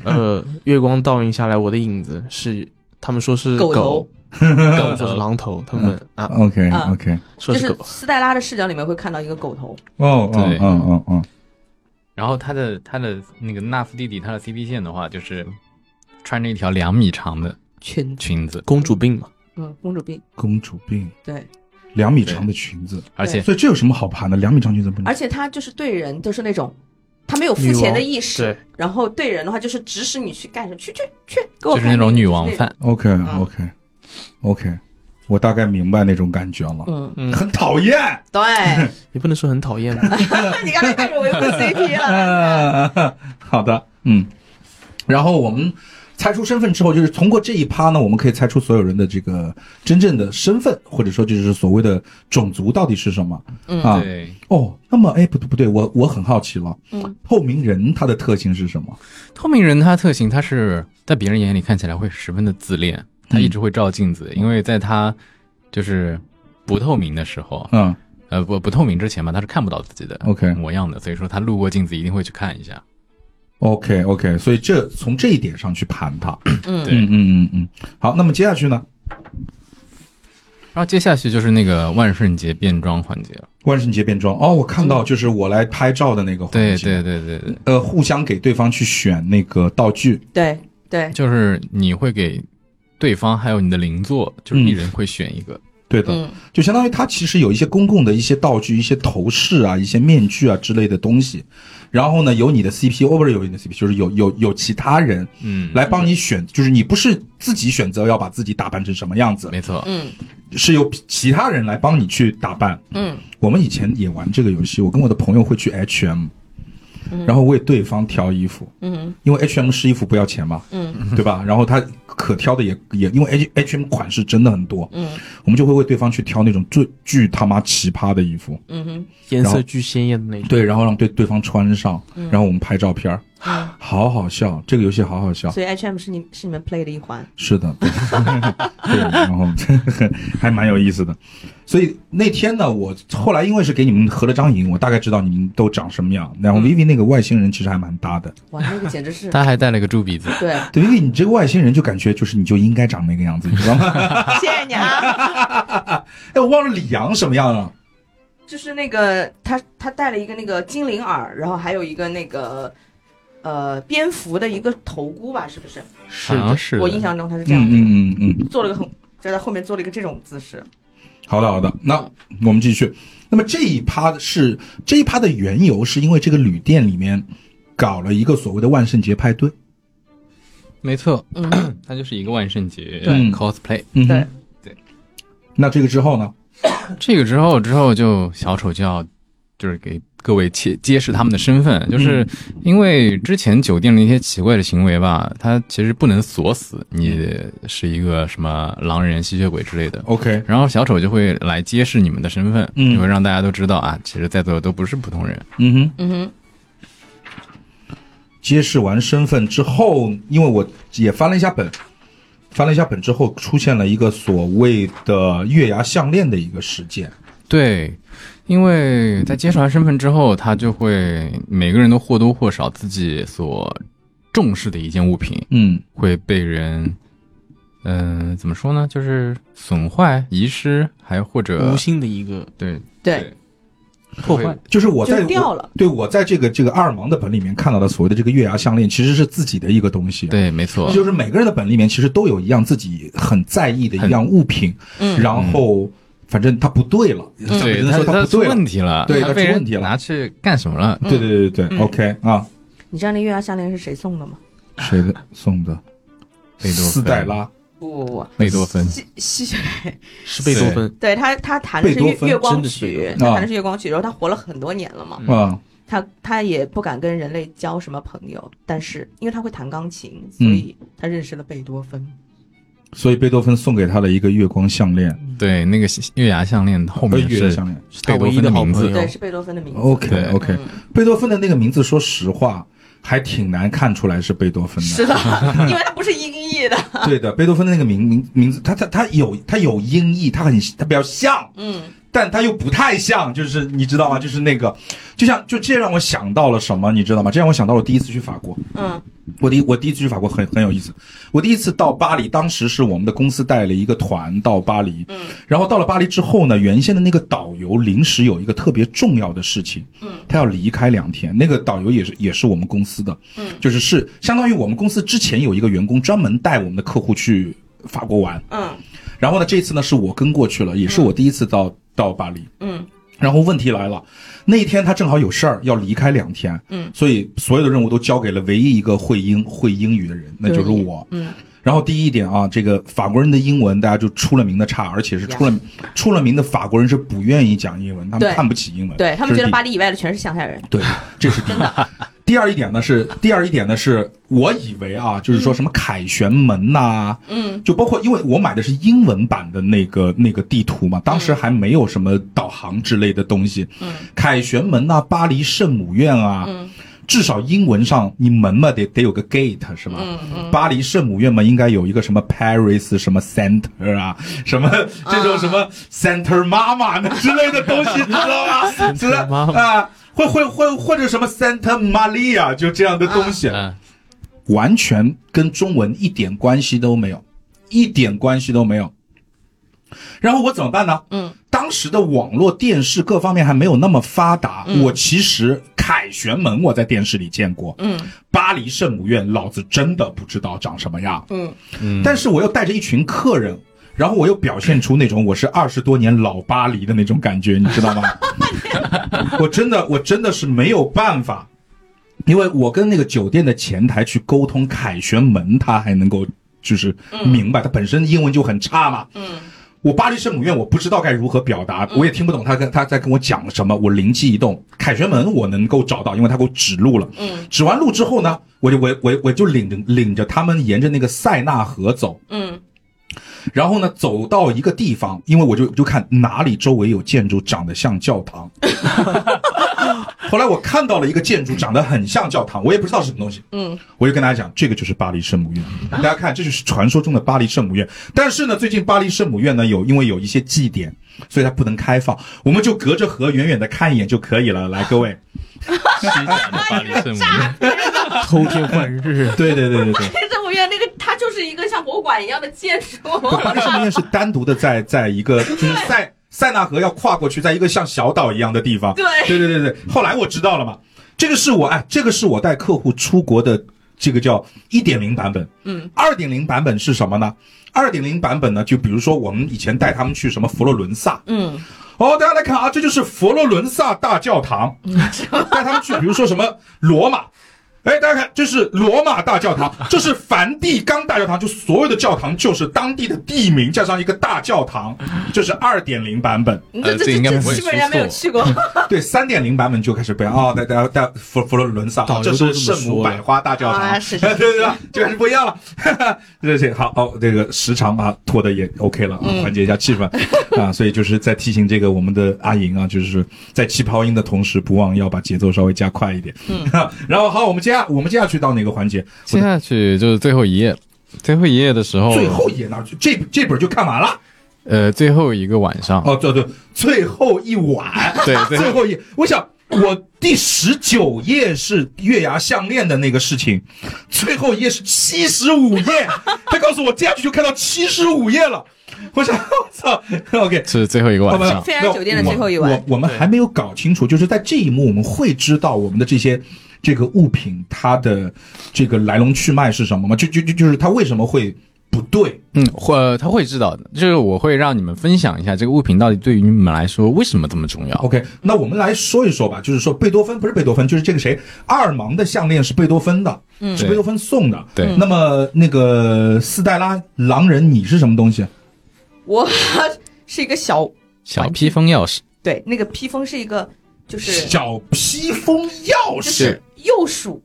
D: 呃，月光倒映下来，我的影子是他们说是
C: 狗
D: 狗
C: 头，
D: 狗说是狼头，他们啊
B: OK
C: 啊
B: OK，
D: 说
C: 就是是
D: 狗，
C: 斯黛拉的视角里面会看到一个狗头，
B: 哦，嗯
A: 对
B: 嗯嗯嗯，
A: 然后他的他的那个纳夫弟弟，他的 CP 线的话，就是穿着一条两米长的
C: 裙子，
A: 裙子，
D: 公主病嘛，
C: 嗯，公主病，
B: 公主病，
C: 对，
B: 两米长的裙子，
A: 而且
B: 所以这有什么好盘的？两米长裙子
A: 嗯
B: 不能
C: 而且他就是对人就是那种。他没有
D: 女
C: 付钱的
D: 王
C: 意识
D: 对，
C: 然后对人的话就是指使你去干什么，去去去，给我
A: 就是那
C: 干
A: 种
C: 这个
A: 女王，范，
B: OK OK OK，我大概明白那种感觉了
C: 就，是那
A: 啊
C: 种嗯，
D: 嗯，
B: 很讨厌。
C: 对，
D: 也不能说很讨
C: (laughs)
D: 厌吧，
C: 你刚才开始维护 CP
A: (laughs)
C: 了，
B: 呃，好的，嗯，然后我们猜出身份之后，就是通过这一趴呢，我们可以猜出所有人的这个真正的身份，或者说就是所谓的种族到底是什么。
C: 嗯
B: 啊，
A: 对，
B: 哦，那么哎，不对不对，我我很好奇了，
C: 嗯，
B: 透明人他的特性是什么？
A: 透明人他的特性，他是在别人眼里看起来会十分的自恋，他一直会照镜子，因为在他就是不透明的时候，
B: 嗯
A: 呃不不透明之前吧，他是看不到自己的
B: OK
A: 模样的，所以说他路过镜子一定会去看一下。
B: ，OK OK，所以这从这一点上去盘他。
C: 嗯
A: 对
B: 嗯嗯嗯嗯，好，那么接下去呢，
A: 然后接下去就是那个万圣节变装环节了，
B: 万圣节变装。哦，我看到就是我来拍照的那个环
A: 对
B: 节，
A: 对对对对，
B: 呃，互相给对方去选那个道具。
C: 对对，
A: 就是你会给对方还有你的邻座，就是一人会选一个，
B: 对的，
C: 嗯
B: 就相当于它其实有一些公共的一些道具、一些头饰啊、一些面具啊之类的东西，然后呢，有你的 CP，哦，不是有你的 CP，就是有有有其他人
A: 嗯，
B: 来帮你选，就是你不是自己选择要把自己打扮成什么样子，
A: 没错，
C: 嗯
B: 是由其他人来帮你去打扮。
C: 嗯
B: 我们以前也玩这个游戏，我跟我的朋友会去 HM，然
A: 嗯
B: 后为对方挑衣服，
C: 嗯
B: 因为 H M 试衣服不要钱嘛，
C: 嗯，
B: 对吧？然后它可挑的也也，因为 H H M 款式真的很多，
C: 嗯，
B: 我们就会为对方去挑那种最巨他妈奇葩的衣服，
C: 嗯哼，
D: 颜色巨鲜艳的那
C: 嗯
D: 种，
B: 对，然后让对对方穿上，然后我们拍照片儿，
C: 嗯
B: 好好笑，这个游戏好好
A: 啊
B: 笑，
C: 所以 HM 是你是你们 play 的一环，
B: 是的， (laughs) 对，对然后 (laughs) 还蛮有意思的。所以那天呢，我后来因为是给你们合了张影，我大概知道你们都长什么样。然后 Vivi 那个外星人其实还蛮搭的，
C: 哇，那个简直是
A: 他还带了个猪鼻子，
C: 对，
B: 对，Vivi 你这个外星人就感觉就是你就应该长那个样子，你知道吗？
C: 谢谢你啊。
B: 哎，我忘了李阳什么样了。
C: 就是那个他他戴了一个那个精灵耳，然后还有一个那个呃蝙蝠的一个头箍吧，是不是？
A: 好像是的
C: 我印象中他是这样
B: 嗯
C: 的，
B: 嗯嗯嗯，
C: 做了个很就在后面做了一个这种姿势，
B: 好的好的，那我们继续。那么这一趴是这一趴的缘由，是因为这个旅店里面搞了一个所谓的万圣节派对。
A: 没错，
C: 嗯，
A: 它就是一个万圣节
B: 对
A: cosplay。
B: 嗯
C: 对
B: 哼
A: 对。
B: 那这个之后呢？
A: 这个之后之后就小丑就要就是给各位揭揭示他们的身份，就是因为之前酒店的一些奇怪的行为吧，它其实不能锁死你是一个什么狼人、吸血鬼之类的。
B: OK，
A: 然后小丑就会来揭示你们的身份，
B: 嗯
A: 就会让大家都知道啊，其实在座的都不是普通人。
B: 嗯哼，
C: 嗯哼，
B: 揭示完身份之后，因为我也翻了一下本，翻了一下本之后，出现了一个所谓的月牙项链的一个事件。
A: 对，因为在揭示完身份之后，他就会每个人都或多或少自己所重视的一件物品，
B: 嗯
A: 会被人，嗯、怎么说呢？就是损坏、遗失，还或者
D: 无心的一个
A: 对
C: 对，
D: 破坏，
B: 就是我在
C: 就掉了
B: 我对我在这个这个阿尔芒的本里面看到的所谓的这个月牙项链，其实是自己的一个东西。，啊
A: 对，没错，
B: 就是每个人的本里面其实都有一样自己很在意的一
A: 很
B: 样物品，
C: 嗯
B: 然后反正它不对了，咱们
A: 对
B: 只能说
A: 他
B: 它不
A: 出
B: 对了。
A: 问题了，
B: 对
A: 他
B: 他
A: 被
B: 出
A: 人
B: 问题了
A: 拿去干什么
C: 嗯
A: 了？
B: 对对对对对，OK 啊，
C: 你知道那月牙项链是谁送的吗？
B: 谁的送的？
A: 贝多芬
B: 斯黛拉
C: 不不不，
A: 贝多
B: 嗯
A: 芬
C: 西西，
D: 是贝多芬，
C: 对他他弹的是
B: 贝
C: 月
B: 多芬
C: 月光
D: 真的是
C: 曲
D: 贝，
B: 多芬
C: 他弹的是月光曲，然后他活了很多年了嘛，
B: 啊，
C: 他他也不敢跟人类交什么朋友，但是因为他会弹钢琴，所
B: 嗯
C: 以他认识了贝多芬。
B: 所以贝多芬送给他的一个月光项链，
A: 对，那个月牙项链后
B: 嗯呃，
A: 面
B: 月的
A: 是
B: 项链。
D: 是他
A: 贝多
D: 唯一
A: 芬
D: 的好
A: 名
D: 朋
A: 字，
D: 友
C: 对，。是贝多芬的名字。
B: OK
A: 对
B: OK，
C: 嗯
B: 贝多芬的那个名字，说实话还挺难看出来是贝多芬
C: (laughs) 是
B: 的。
C: 的， (laughs) 因为他不是音译的。
B: 对的，贝多芬的那个名名名字，他他他有他有音译，他很他比较像，
C: 嗯，
B: 但他又不太像，就是你知道吗？就是那个，就像就这让我想到了什么，你知道吗？这让我想到了我第一次去法国，
C: 嗯
B: 我第一我第一次去法国很很有意思，我第一次到巴黎，当时是我们的公司带了一个团到巴黎，
C: 嗯，
B: 然后到了巴黎之后呢，原先的那个导游临时有一个特别重要的事情，
C: 嗯，
B: 他要离开两天，那个导游也是也是我们公司的，
C: 嗯，
B: 就是是相当于我们公司之前有一个员工专门带我们的客户去法国玩，
C: 嗯
B: 然后呢，这次呢是我跟过去了，也是我第一次到、到巴黎，
C: 嗯
B: 然后问题来了，那一天他正好有事儿要离开两天，
C: 嗯，
B: 所以所有的任务都交给了唯一一个会英会英语的人，那就是我。
C: 嗯，
B: 然后第一点啊，这个法国人的英文大家就出了名的差，而且是出了出了名的法国人是不愿意讲英文，他们
C: 对
B: 看不起英文，
C: 对他们觉得巴 (laughs)
B: 黎
C: 黎以外的全是乡下人。
B: 对，这是第一点。第二一点呢是，第二一点呢是我以为啊，就是说什么凯旋门呐、
C: 嗯
B: 就包括因为我买的是英文版的那个那个地图嘛，当时还没有什么导航之类的东西。
C: 嗯
B: 凯旋门呐、巴黎圣母院啊，
C: 嗯
B: 至少英文上你门嘛得得有个 gate 是吧？
C: 嗯嗯，
B: 巴黎圣母院嘛，应该有一个什么 Paris 什么 Center 啊，什么这种什么 Center 妈妈那之类的东西，知道吗？知道
D: 妈妈
B: 啊，或或或或者什么 Santa Maria 就这样的东
C: 嗯
B: 西，
A: 啊，
B: 完全跟中文一点关系都没有，一点关系都没有。然后我怎么办呢？
C: 嗯，
B: 当时的网络电视各方面还没有那么发达，
C: 嗯
B: 我其实凯旋门我在电视里见过，
C: 嗯
B: 巴黎圣母院老子真的不知道长什么样，
C: 嗯
A: 嗯，
B: 但是我又带着一群客人。然后我又表现出那种我是二十多年老巴黎的那种感觉，你知
C: (laughs)
B: 道吗？我真的，我真的是没有办法，因为我跟那个酒店的前台去沟通凯旋门，他还能够就是明白，他本身英文就很差嘛。
C: 嗯
B: 我巴黎圣母院我不知道该如何表达，我也听不懂他跟他在跟我讲了什么。我灵机一动，凯旋门我能够找到，因为他给我指路了。
C: 嗯
B: 指完路之后呢，我就我我我就领着领着他们沿着那个塞纳河走，
C: 嗯 (laughs)
B: 然后呢走到一个地方，因为我就就看哪里周围有建筑长得像教堂。 (laughs) 后来我看到了一个建筑长得很像教堂，我也不知道是什么东西，
C: 嗯
B: 我就跟大家讲，这个就是巴黎圣母院。大家看，这就是传说中的巴黎圣母院。但是呢，最近巴黎圣母院呢有因为有一些祭典，所以它不能开放，我们就隔着河远远的看一眼就可以了。来，各位，，
A: 虚假的巴黎圣母 (laughs) 院，
D: 偷天换日
B: (laughs) 对对对对对。
C: 圣母院那个它就是一个像博物馆一样的建筑。 (laughs)
B: 巴黎圣母院是单独的在，在一个就是塞塞纳河要跨过去，在一个像小岛一样的地方。
C: 对
B: 对对对对，后来我知道了嘛，这个是我哎，这个是我带客户出国的这个叫一点零版本。
C: 嗯
B: 二点零版本是什么呢？二点零版本呢，就比如说我们以前带他们去什么佛罗伦萨，
C: 嗯
B: 哦，大家来看啊，这就是佛罗伦萨大教堂，
C: 嗯
B: 带他们去，比如说什么 (laughs) 罗马。哎，大家看，这是罗马大教堂，这是梵蒂冈大教堂，就所有的教堂就是当地的地名加上一个大教堂，这是二点零版本。
C: (laughs) 你
A: 呃
C: 这
A: 这应该
C: 这
A: 不会
C: 基本上没有
A: (laughs)
C: 去过。
B: 对，三点零版本就开始变哦，大家大家佛佛罗伦萨，
D: 嗯导游
B: 这
D: 都
B: 是
D: 这么
B: 圣母
D: 说了
B: 百花大教堂，
C: 啊是是
B: (laughs) 对对对，就开始不一样了。 (laughs) 这这好哦，这个时长啊拖的也 OK 了啊，
C: 嗯
B: 缓解一下气
C: (laughs)
B: 氛啊，所以就是在提醒这个我们的阿莹啊，就是在气泡音的同时，不忘要把节奏稍微加快一点。嗯， (laughs) 然后好，我们接下我们接下去到哪个环节？
A: 接下去就是最后一页，最后一页的时
D: 哦
A: 候，
B: 最后一页呢，这这本就看完了
A: 呃，最后一个晚上，
B: 哦，对对，最后一晚，
A: (laughs) 对最
B: 最后一，我想我第十九页是月牙项链的那个事情，最后一页是七十五页，他告诉我接下去就看到七十五页了，我想我操，OK。
A: 是最后一个晚
B: 我们
A: 上，
C: 飞儿酒店的最后一晚
B: 我我我们还没有搞清楚，就是在这一幕，我们会知道我们的这些这个物品它的这个来龙去脉是什么吗？就就就就是它为什么会不对，
A: 嗯，或他会知道的，就是我会让你们分享一下这个物品到底对于你们来说为什么这么重要。
B: OK，那我们来说一说吧，就是说贝多芬不是贝多芬，就是这个谁，阿尔芒的项链是贝多芬的，
C: 嗯
B: 是贝多芬送的。
A: 对
B: 那么那个斯黛拉狼人，你是什么东西？
C: 我是一个小
A: 小披风钥匙，
C: 对，那个披风是一个就是
B: 小披风钥
C: 就
B: 匙
C: 是。鼬鼠，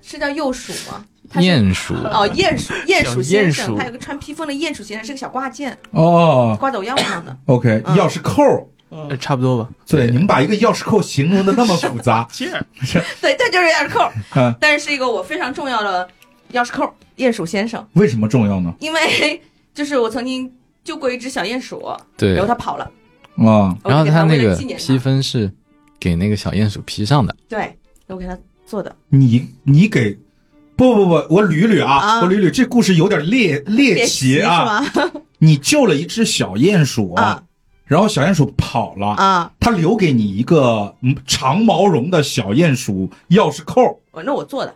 C: 是叫鼬鼠吗？它是
A: 鼹鼠，
C: 哦，鼹鼠，鼹鼠
D: 小鼹
C: 先
D: 鼠
C: 生，他有个穿披风的鼹鼠先生，是个小挂件，
B: 哦
C: 挂在我腰上的。 (laughs)
B: ，OK，
C: 嗯
B: 钥匙扣。
D: 呃差不多吧。
B: 对，你们把一个钥匙扣形容的那么复
C: (laughs)
B: 杂，
C: 对，这就是钥匙扣，
B: 嗯，
C: 但是是一个我非常重要的钥匙扣，鼹鼠先生，
B: 为什么重要呢？
C: 因为就是我曾经救过一只小鼹鼠，
A: 对
C: 然后。它跑了，
B: 啊，
C: 我
A: 然后
C: 给它
A: 那
C: 为了
A: 个
C: 纪念它
A: 披风是给那个小鼹鼠披上的，
C: 对，我给它做的，
B: 你你给。不不不，我捋捋啊，
C: 啊
B: 我捋捋，这故事有点猎猎奇
C: 是
B: 啊！
C: 吗？
B: 你救了一只小鼹鼠，
C: 啊
B: 然后小鼹鼠跑了，
C: 啊，
B: 他留给你一个嗯长毛绒的小鼹鼠钥匙扣，
C: 我那我做的，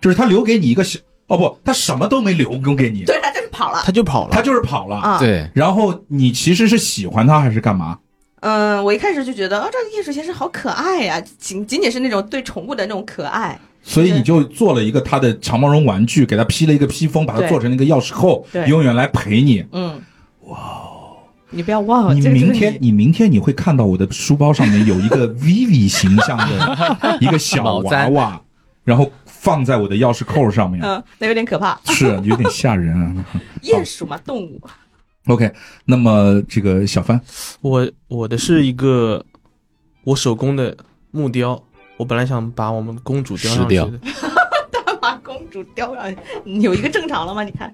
B: 就是他留给你一个小哦不，他什么都没留给你，
C: 对，它就是跑了
D: 他就跑
B: 他
D: 了，
B: 就是跑了。
C: 啊。
A: 对，
B: 然后你其实是喜欢他还是干嘛？
C: 嗯，我一开始就觉得，哦，这个鼹鼠先生好可爱呀、仅仅仅是那种对宠物的那种可爱，
B: 所以你就做了一个他的长毛绒玩具，给他披了一个披风，把它
C: 对
B: 做成那个钥匙扣，
C: 对
B: 永远来陪你。
C: 嗯，哇哦，你不要忘了，
B: 你
C: 哦这个就是
B: 明天，你明天你会看到我的书包上面有一个
C: (laughs)
B: Vivi 形象的一个小
A: 毛
B: 娃
A: 毡
B: 娃，然后放在我的钥匙扣上面，
C: 嗯，那有点可怕，
B: 是有点吓人啊。
C: 鼹鼠嘛，动物，
B: OK，那么这个小帆，
D: 我我的是一个我手工的木雕，我本来想把我们公主雕上去
A: 石
D: 的，
C: 把公主雕上，有一个正常了吗？你看，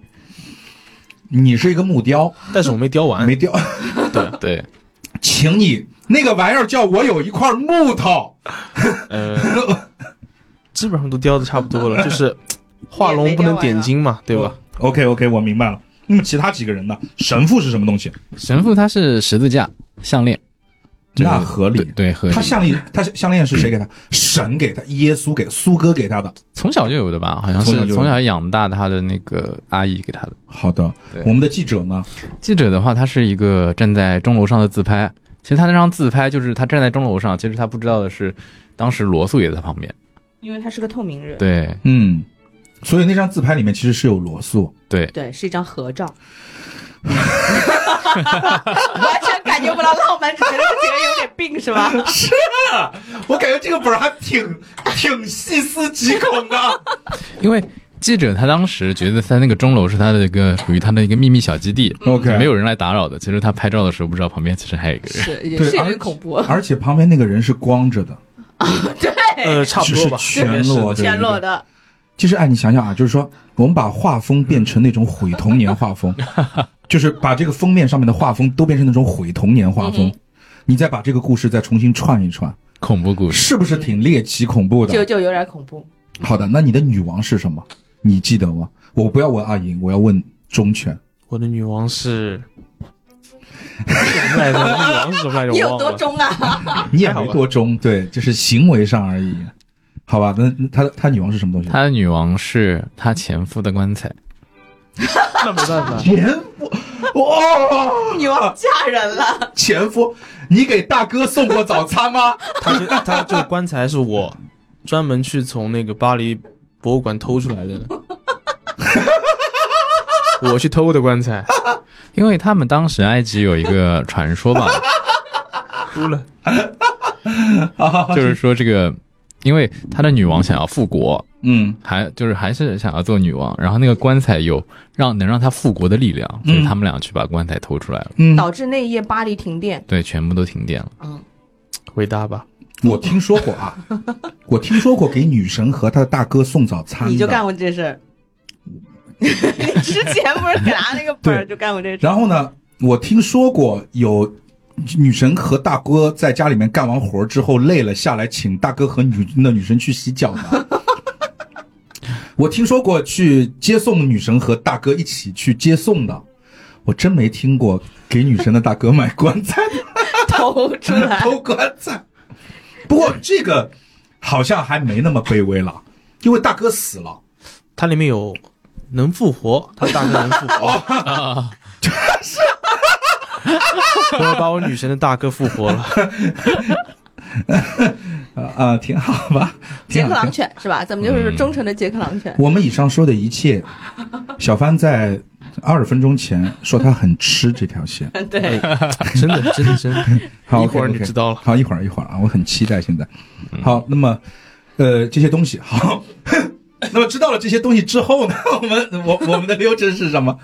B: 你是一个木雕，
D: 但是我没雕完。
B: 没雕， (laughs)
A: 对对，
B: 请你那个玩意儿叫我有一块木头，
D: 呃，基本上都雕的差不多了，
C: (laughs)
D: 就是画龙不能
C: 啊
D: 点睛嘛，对吧？
B: ？OK OK，我明白了。那么其他几个人呢？神父是什么东西？
A: 神父他是十字架项链，这个
B: 那合
A: 对
B: 理。
A: 对合理
B: 他，项链，他项链是谁给他？ (clears throat) 神给他，耶稣给苏哥给他的。
A: 从小就有的吧，好像
B: 从小
A: 是
B: 就有
A: 从小养大他的那个阿姨给他的。
B: 好的
A: 对，
B: 我们的记者呢？
A: 记者的话，他是一个站在钟楼上的自拍，其实他那张自拍就是他站在钟楼上，其实他不知道的是，当时罗素也在旁边。
C: 因为它是个透明人，
A: 对
B: 嗯，所以那张自拍里面其实是有罗素。
A: 对，
C: 对，是一张合照，完全感觉不到浪漫，只觉得这个人有点病是吧？
B: 我感觉这个本儿还挺挺细思极恐的。
A: 因为记者他当时觉得在那个钟楼是他的一个属于他的一个秘密小基地
B: OK，
A: 没有人来打扰的。其实他拍照的时候不知道旁边其实还有一个人。
C: 是，啊也
B: 对
C: 是有
B: 而
C: 点恐怖， (laughs)
B: 而且旁边那个人是光着的，
C: 哎
D: 呃， (laughs) 差不多吧，
B: 只是全裸的
C: 全裸的，
B: 其实，哎，你想想啊，就是说，我们把画风变成那种毁童年画风，就是把这个封面上面的画风都变成那种毁童年画风，你再把这个故事再重新串一串，
A: (laughs) 恐怖故事，
B: 是不是挺猎奇恐怖
C: 就
B: 的？
C: 就有点恐怖。
B: 好的，那你的女王是什么？你记得吗？我不要问阿银，我要问忠犬。
D: 我的女王是。什么来着？女王是什么来着？
C: 你
D: 我
C: 有
D: 忘
C: 多
D: 了。
C: 忠啊？ (laughs)
B: 你也没多忠，对，就是行为上而已。好吧，那那他他女王是什么东西？
A: 他的女王是他前夫的棺材。
D: 那没办
C: (laughs)
D: 法，
B: 前夫，哇、
C: 女王嫁人了，
B: 前夫，你给大哥送过早餐吗？
D: 他这他这个棺材是我专门去从那个巴黎博物馆偷出来的， (laughs) 我去偷的棺材，
A: 因为他们当时埃及有一个传说 (laughs) 吧，
D: 哭了。
A: 就是说这个，因为他的女王想要复国，
B: 嗯，
A: 还就是还是想要做女王，然后那个棺材有让能让她复国的力量，所以他们俩去把棺材偷出来了，
B: 嗯
C: (laughs) 导致那一夜巴黎停电。
A: 对，全部都停电了。
C: 嗯，
D: 伟大吧？
B: 我听说过
C: (laughs)
B: 啊，我听说过给女神和她的大哥送早餐，
C: 你就干。过这事儿。 (laughs) 你之前不是拿那个本儿
B: 对
C: 就干过这事儿？
B: 然后呢，我听说过有女神和大哥在家里面干完活之后累了下来，请大哥和女那女神去洗脚
C: (laughs)
B: 的。我听说过去接送女神和大哥一起去接送的，我真没听过给女神的大哥买棺材。
C: 偷出来，
B: 偷棺
C: (laughs)
B: 材。不过这个好像还没那么卑微了，因为大哥死了。
D: 它里面有能复活，他大哥能复活， (laughs) 我把我女神的大哥复活了。
B: 啊啊，挺好吧？
C: 杰
B: 挺
C: 克
B: 好。
C: 狼犬是吧？咱们就是忠诚的杰克狼犬。
B: 我们以上说的一切，小帆在二十分钟前说他很吃这条
D: (laughs)
B: 线。
C: (laughs) 对，
D: 真的，真的，真的，
B: 好，
D: 一会儿你
B: OK，OK
D: 知道了嗯
B: 好，一会儿一会儿啊，我很期待现在。好，那么呃这些东西好， (laughs) 那么知道了这些东西之后呢， (laughs) 我们我我们的流程是什么？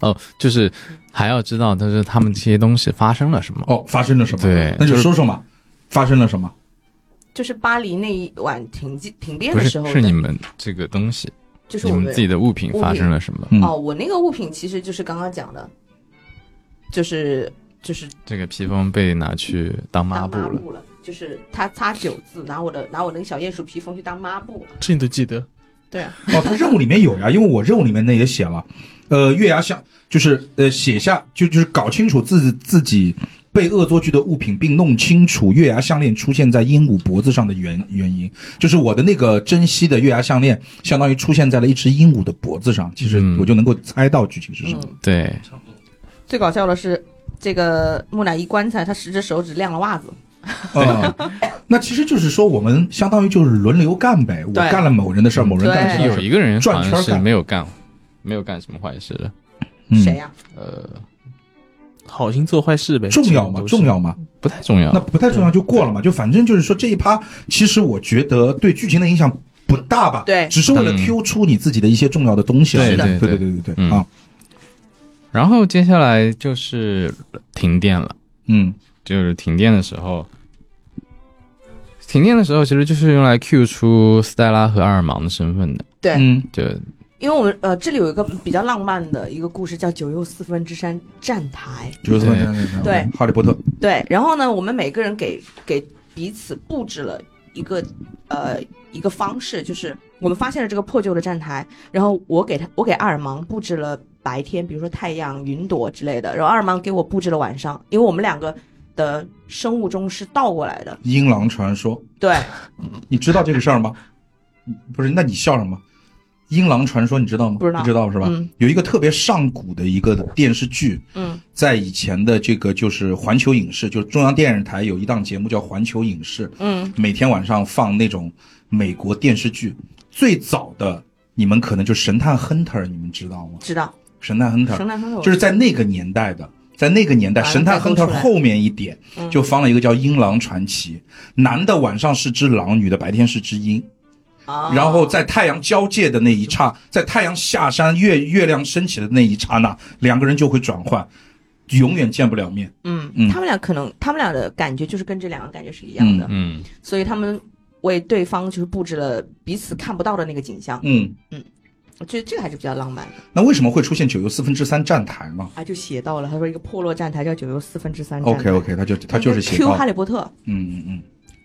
A: 哦，就是还要知道，就是他们这些东西发生了什么。
B: 哦，发生了什么？
A: 对
B: 那就
A: 就是
B: 说说嘛，发生了什么？
C: 就是巴黎那一晚停机停电
A: 不
C: 的
A: 是
C: 时候的，
A: 是你们这个东西，
C: 就是
A: 你
C: 我
A: 们自己的物品发生了什么？
B: 嗯
C: 哦，我那个物品其实就是刚刚讲的，就是就是
A: 这个披风被拿去当抹
C: 当
A: 布
C: 抹
A: 了，
C: 布了，就是他擦酒渍，拿我的拿我那个小鼹鼠披风去当抹布。
D: 这你都记得。
C: 对啊，
B: 哦，他任务里面有呀，因为我任务里面那也写了，呃，月牙想就是呃写下就就是搞清楚自自己被恶作剧的物品，并弄清楚月牙项链出现在鹦鹉脖子上的原原因。就是我的那个珍惜的月牙项链，相当于出现在了一只鹦鹉的脖子上，其实
A: 嗯
B: 我就能够猜到剧情是什么。
C: 嗯，
A: 对，
C: 最搞笑的是这个木乃伊棺材，他十只手指晾了袜子。嗯
B: (laughs) 啊、那其实就是说我们相当于就是轮流干呗，我
C: 对
B: 干了某人的事儿，某人干了
C: 对
B: 某
A: 有
B: 人
A: 一个人好
B: 转圈
A: 像
B: 儿
A: 是
B: 干
A: 没有干，没有干什么坏事的。
C: 谁啊
B: 嗯，
C: 呀、
A: 呃，
D: 好心做坏事呗，
B: 重要吗？重要吗？
A: 不太重要
B: 那。不太重要就过了嘛，就反正就是说这一趴，其实我觉得对剧情的影响不大吧，
C: 对
B: 只是为了
A: 嗯
B: Q 出你自己的一些重要的东西而已
A: 是的
B: 对
A: 对对
B: 对对对对
A: 嗯
B: 啊，
A: 然后接下来就是停电了，
B: 嗯
A: 就是停电的时候，停电的时候其实就是用来 Q 出斯黛拉和阿尔芒的身份的，
C: 对
B: 嗯，
A: 就
C: 因为我们呃这里有一个比较浪漫的一个故事，叫九又四分之三站台。
B: 就是
A: 对
C: 对
B: 哈利波特，
C: 对，然后呢，我们每个人给给彼此布置了一个呃一个方式，就是我们发现了这个破旧的站台，然后我给他我给阿尔芒布置了白天，比如说太阳、云朵之类的，然后阿尔芒给我布置了晚上，因为我们两个的生物钟是倒过来的。
B: 英狼传说，
C: 对，
B: 你知道这个事儿吗？不是，那你笑什么？英狼传说你知道吗？
C: 不知道
B: 你知道是吧？
C: 嗯
B: 有一个特别上古的一个电视剧，
C: 嗯，
B: 在以前的这个就是环球影视，就是中央电视台有一档节目叫环球影视，
C: 嗯，
B: 每天晚上放那种美国电视剧。最早的你们可能就是《神探亨特》，你们知道吗？
C: 知道。
B: 《神探亨特
C: 神》探亨特
B: 嗯就是在那个年代的，在那个年代，《
C: 把它
B: 神探亨特
C: 带》动出来
B: 后面一点
C: 嗯
B: 就放了一个叫《英狼传奇》，男的晚上是只狼，女的白天是只鹰。
C: 啊，
B: 然后在太阳交界的那一刹，在太阳下山、月月亮升起的那一刹那，两个人就会转换，永远见不了面。
C: 嗯
B: 嗯，
C: 他们俩可能他们俩的感觉就是跟这两个感觉是一样的，
A: 嗯，
C: 所以他们为对方就是布置了彼此看不到的那个景象。
B: 嗯，
C: 我觉得这个还是比较浪漫的
B: 那为什么会出现九又四分之三站台呢
C: 啊，就写到了，他说一个破落站台叫九又四分之三站
B: ？OK OK，他就他就是写
C: Q
B: 到
C: 哈利波特，
B: 嗯嗯嗯，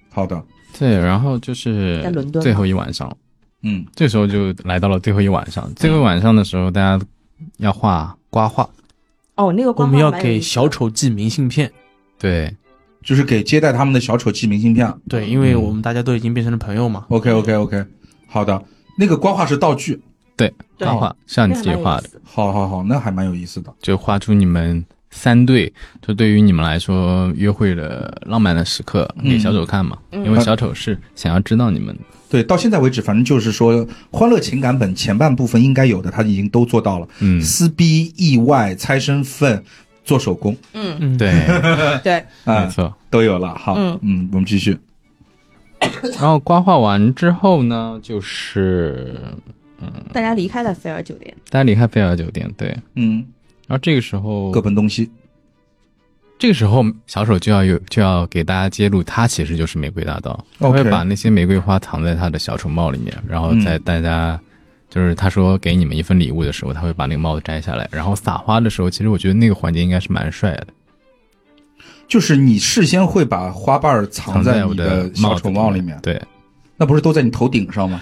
B: 好的，
A: 对，然后就是
C: 在伦敦
A: 最后一晚上了。
B: 嗯
A: 这时候就来到了最后一晚
C: 嗯
A: 上。最后一晚上的时候，大家要画刮画，
C: 哦，那个
D: 我
C: 光
D: 们要
C: 环蛮有
D: 给
C: 意思
D: 小丑寄明信片，
A: 对，
B: 就是给接待他们的小丑寄明信片。
D: 对，因为我们大家都已经变成了朋友嘛。
B: OK OK OK，好的，那个光画是道具，
C: 对
A: 刮画像你自己画的，，
B: 好好好，那还蛮有意思的。
A: 就画出你们三对，就对于你们来说约会的浪漫的时刻，
B: 嗯
A: 给小丑看嘛，
C: 嗯
A: 因为小丑是想要知道你们的。
B: 对，到现在为止，反正就是说，欢乐情感本前半部分应该有的，他已经都做到了。
A: 嗯，
B: 撕逼、意外、猜身份、做手工
C: 蛮有意思 (laughs)
D: 嗯，
A: 对，
C: 嗯，对，
B: 啊、
A: 没错。
B: 都有了。好，
C: 嗯
B: 我们继续。
A: 然后刮画完之后呢，就是
C: 大家离开了菲尔酒店，
A: 大家离开菲尔酒店，对。
B: 嗯，
A: 然后这个时候
B: 各，奔东西。
A: 这个时候小丑就要有就要给大家揭露，他其实就是玫瑰大盗。他
B: OK，嗯
A: 会把那些玫瑰花藏在他的小丑帽里面，然后在大家、就是他说给你们一份礼物的时候，他会把那个帽子摘下来，然后撒花的时候，其实我觉得那个环节应该是蛮帅的。
B: 就是你事先会把花瓣儿藏
A: 藏
B: 在
A: 我
B: 你的
A: 帽
B: 小
A: 子
B: 丑帽里面，
A: 对，
B: 那不是都在你头顶上吗？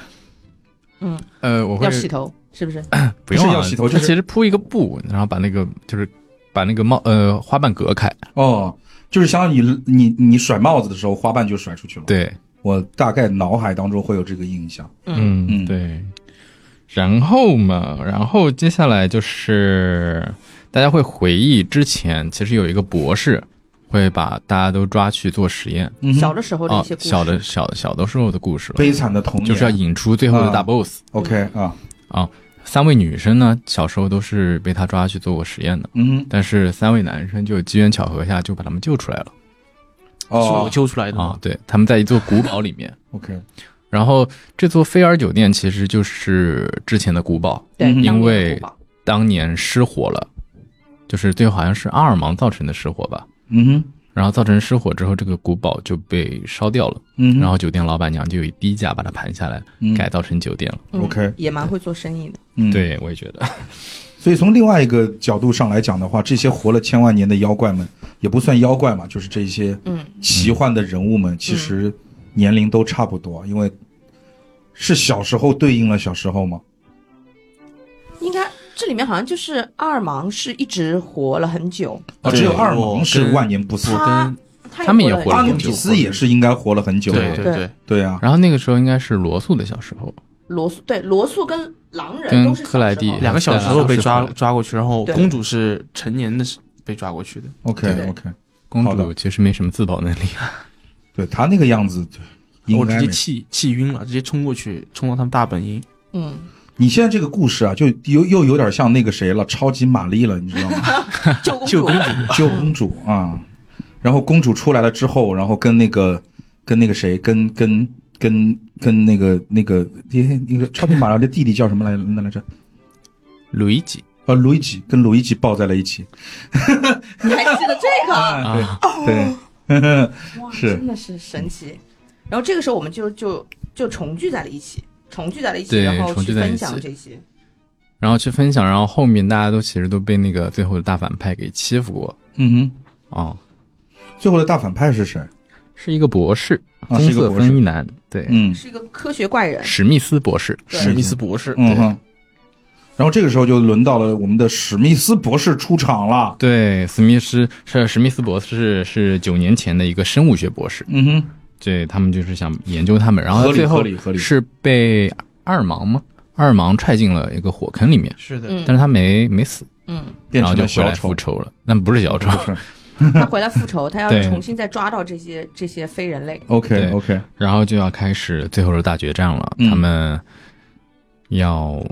C: 嗯，
A: 呃，我会
C: 要洗头是不是？
A: 不用、
B: 不
A: 啊、
B: 是要洗头就是
A: 他其实铺一个布，然后把那个就是把那个帽呃花瓣隔开。
B: 哦，就是相当于你你你甩帽子的时候，花瓣就甩出去了。，
A: 对，
B: 我大概脑海当中会有这个印象。
A: 嗯
B: 嗯
A: 对。然后嘛，然后接下来就是大家会回忆之前，其实有一个博士会把大家都抓去做实验
B: 嗯哼
C: 小的时候的
A: 啊
C: 一些，故事，
A: 小的小小的时候的故事了，
B: 悲惨的童年，
A: 就是要引出最后的大
B: 啊
A: boss。
B: OK 啊，
A: 三位女生呢，小时候都是被他抓去做过实验的，
B: 嗯哼，
A: 但是三位男生就机缘巧合下就把他们救出来了
D: 是我
B: 哦
D: 揪出来的
A: 啊
D: 嘛。！
A: 对，他们在一座古堡里面，
B: ，OK，
A: 然后这座菲尔酒店其实就是之前的古堡，
C: 对，
B: 嗯
C: 当
A: 因
C: 年的
A: 为
C: 古堡
A: 当年失火了，就是最后好像是阿尔芒造成的失火吧。
B: 嗯哼，
A: 然后造成失火之后，这个古堡就被烧掉了，
B: 嗯哼，
A: 然后酒店老板娘就以低价把它盘下来，
B: 嗯
A: 改造成酒店了。
C: 嗯
B: OK
C: 也蛮会做生意的，
B: 嗯，
A: 对，我也觉得，
B: 所以从另外一个角度上来讲的话，这些活了千万年的妖怪们，也不算妖怪嘛，就是这些
C: 嗯，
B: 奇幻的人物们，其实年龄都差不多，因为是小时候对应了小时候吗？
C: 应该这里面好像就是阿尔芒是一直活了很久，
B: 啊，
D: 对
B: 只有二萌是万年不死
D: 我，
C: 他
D: 跟
C: 他
A: 他们也活
C: 了
A: 了
B: 阿
C: 很
B: 努
A: 很
C: 久
A: 久
B: 比斯也是应该活了很久
D: 对
B: 的，
D: 对
C: 对
D: 对，
B: 对啊，
A: 然后那个时候应该是罗素的小时候，
C: 罗素对罗素跟狼人
A: 跟
C: 都是小
A: 克莱
C: 时
A: 蒂
C: 候
D: 两个小时候被抓抓过去，然后
C: 对
D: 公主是成年的时被抓过去的。
B: OK
C: 对
B: OK，
A: 公
B: 好
A: 主
B: 的
A: 其实没什么自保能力，啊 (laughs)
B: 对他那个样子，应
D: 我
B: 该
D: 直
B: 没
D: 接气气晕了，直接冲过去，冲到他们大本营。
C: 嗯，
A: (laughs)
B: 你现在这个故事啊，就又又有点像那个谁了，超级玛丽了，你知道吗？
C: 救公
D: 救
C: 主
D: 公主，
B: (laughs) 救公主啊，然后公主出来了之后，然后跟那个跟那个谁，跟跟跟跟那个那个那那个超级玛丽的弟弟叫什么来来来着？
A: 路易吉
B: 呃，路易吉跟路易吉抱在了一起
C: 你还记得这个？
B: 啊，对
A: 啊，
B: 对， (laughs)
C: 哇，
B: 是
C: 真的是神奇。然后这个时候我们就就就重聚在了一起，重聚在了一起，
A: 对
C: 然后
A: 重
C: 去
A: 聚在一
C: 分
A: 起
C: 享这些。
A: 然后去分享，然后后面大家都其实都被那个最后的大反派给欺负过
B: 嗯
A: 啊、
B: 哼，最后的大反派是谁？
A: 是一个博士，
B: 啊
A: 棕
B: 是一个
A: 色
B: 博士
A: 风衣男，对，
B: 嗯
C: 是一个科学怪人，
A: 史密斯博士，
C: 对
D: 史密斯博士，
B: 嗯哼，然后这个时候就轮到了我们的史密斯博士出场了。
A: 对，史密斯是史密斯博士是九年前的一个生物学博士，
B: 嗯哼，
A: 对他们就是想研究他们，然后
B: 合理
A: 最后
B: 合理合理
A: 是被二盲吗？二盲踹进了一个火坑里面，
D: 是的，
C: 嗯
A: 但是他没没死，
C: 嗯，
B: 变
A: 然后
B: 成
A: 就回
B: 了小
A: 来
B: 丑
A: 复，仇了，但不是小丑。
B: 是
C: 他回来复仇，他要
A: 对
C: 重新再抓到这些这些非人类。
B: (laughs) OK
A: 对
B: OK，
A: 然后就要开始最后的大决战了，
B: 嗯
A: 他们要嗯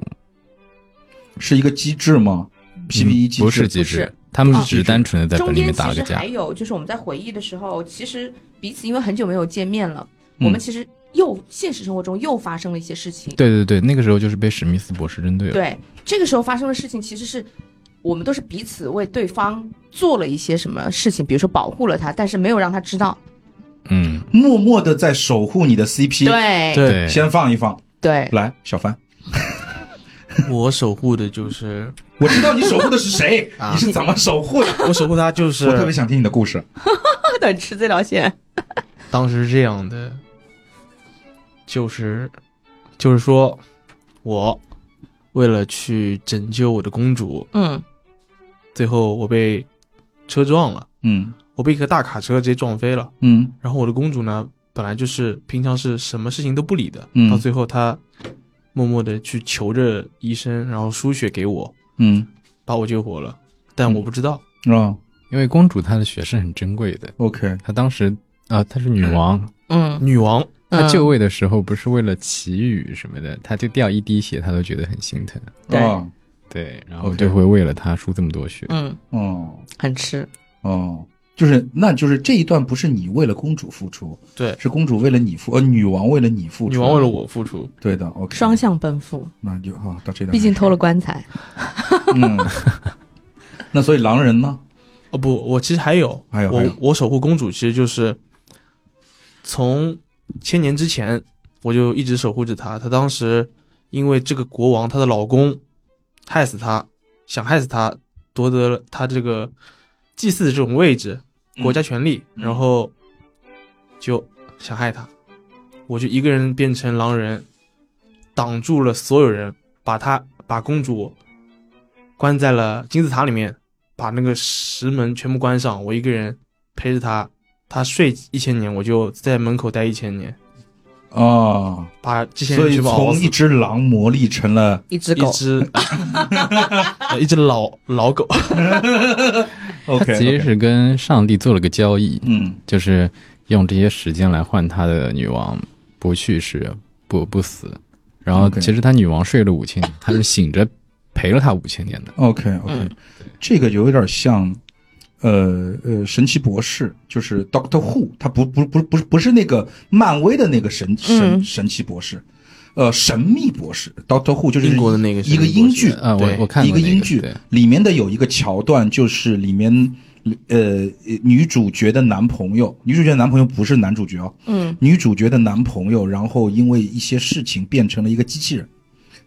B: 是一个机制吗？PVE 机制
A: 不是机制，他们
C: 不是
A: 只是单纯的在本
C: 中
A: 里面
C: 间
A: 打
C: 其
A: 了
C: 实
A: 个架
C: 还，有就是我们在回忆的时候，其实彼此因为很久没有见面了，
B: 嗯
C: 我们其实又现实生活中又发生了一些事情。
A: 对对对，那个时候就是被史密斯博士针对了，
C: 对，这个时候发生的事情其实是我们都是彼此为对方做了一些什么事情，比如说保护了他，但是没有让他知道。
A: 嗯，
B: 默默的在守护你的 CP。
C: 对
D: 对
A: 对，
B: 先放一放，
C: 对，
B: 来，小帆，
D: (laughs) 我守护的就是
B: 我知道你守护的是 (laughs) 谁，
D: 啊
B: 你是怎么守护的？
D: 我守护他就是
B: 我特别想听你的故事。
C: 不能吃这条线。
D: 当时是这样的，就是就是说，我为了去拯救我的公主，
C: 嗯，
D: 最后我被车撞了，
B: 嗯
D: 我被一个大卡车直接撞飞了。
B: 嗯
D: 然后我的公主呢，本来就是平常是什么事情都不理的，
B: 嗯
D: 到最后她默默的去求着医生，然后输血给我，
B: 嗯，
D: 把我救活了。但我不知道，
B: 哦
A: 因为公主她的血是很珍贵的，
B: ，OK，
A: 她当时啊、她是女王，
C: 嗯，
D: 女王
A: 他
C: 嗯
A: 就位的时候不是为了祈雨什么的，他就掉一滴血，他都觉得很心疼。
C: 对
B: 哦
A: 对，然后
B: OK
A: 就会为了他输这么多血。
C: 嗯，
B: 哦
C: 很吃。
B: 哦，就是，那就是这一段不是你为了公主付出，
D: 对
B: 是公主为了你付，呃，女王为了你付出，
D: 女王为了，我付出，
B: 对的，OK，
C: 双，向奔赴，
B: 那就啊，到这段，
C: 毕竟偷了，棺材。
B: (laughs) 嗯，那所以狼人呢？
D: 哦不，我其实还有，
B: 还有还有
D: 我我守护公主其实就是从千年之前我就一直守护着她。她当时因为这个国王她的老公害死她，想害死她，夺得了她这个祭祀的这种位置、国家权力，
B: 嗯
D: 然后就想害她。我就一个人变成狼人，挡住了所有人，把她把公主关在了金字塔里面。把那个石门全部关上，我一个人陪着他，他睡一千年，我就在门口待一千年。
B: 啊，
D: 把这些
B: 所
D: 人
B: 以
D: 全部熬
B: 从
D: 死
B: 一只狼磨砺成了
C: 一只
D: 一
C: 狗，
D: 只 (laughs) 呃一只老老狗，
A: 他
B: OK，
A: 其实是跟上帝做了个交易，
B: 嗯
A: 就是用这些时间来换他的女王不去世、不不死。然后
B: OK
A: 其实他女王睡了五千年，他是醒着陪了他五千年的。
B: OK OK，、这
D: 嗯
B: 个有点像，呃呃，神奇博士就是
D: 嗯
B: Doctor Who，他不不不不是不是那个漫威的那个神神
C: 嗯
B: 神奇博士，呃，神秘博士 Doctor Who 就是
D: 英国的那个
B: 一个
D: 神秘博
B: 英
D: 士
B: 剧，
A: 啊，我
D: 对
A: 我看
B: 一
A: 过
B: 个
A: 那
B: 英剧
A: 对
B: 里面的有一个桥段，就是里面呃女主角的男朋友，女主角的男朋友不是男主角哦，
C: 嗯，
B: 女主角的男朋友，然后因为一些事情变成了一个机器人，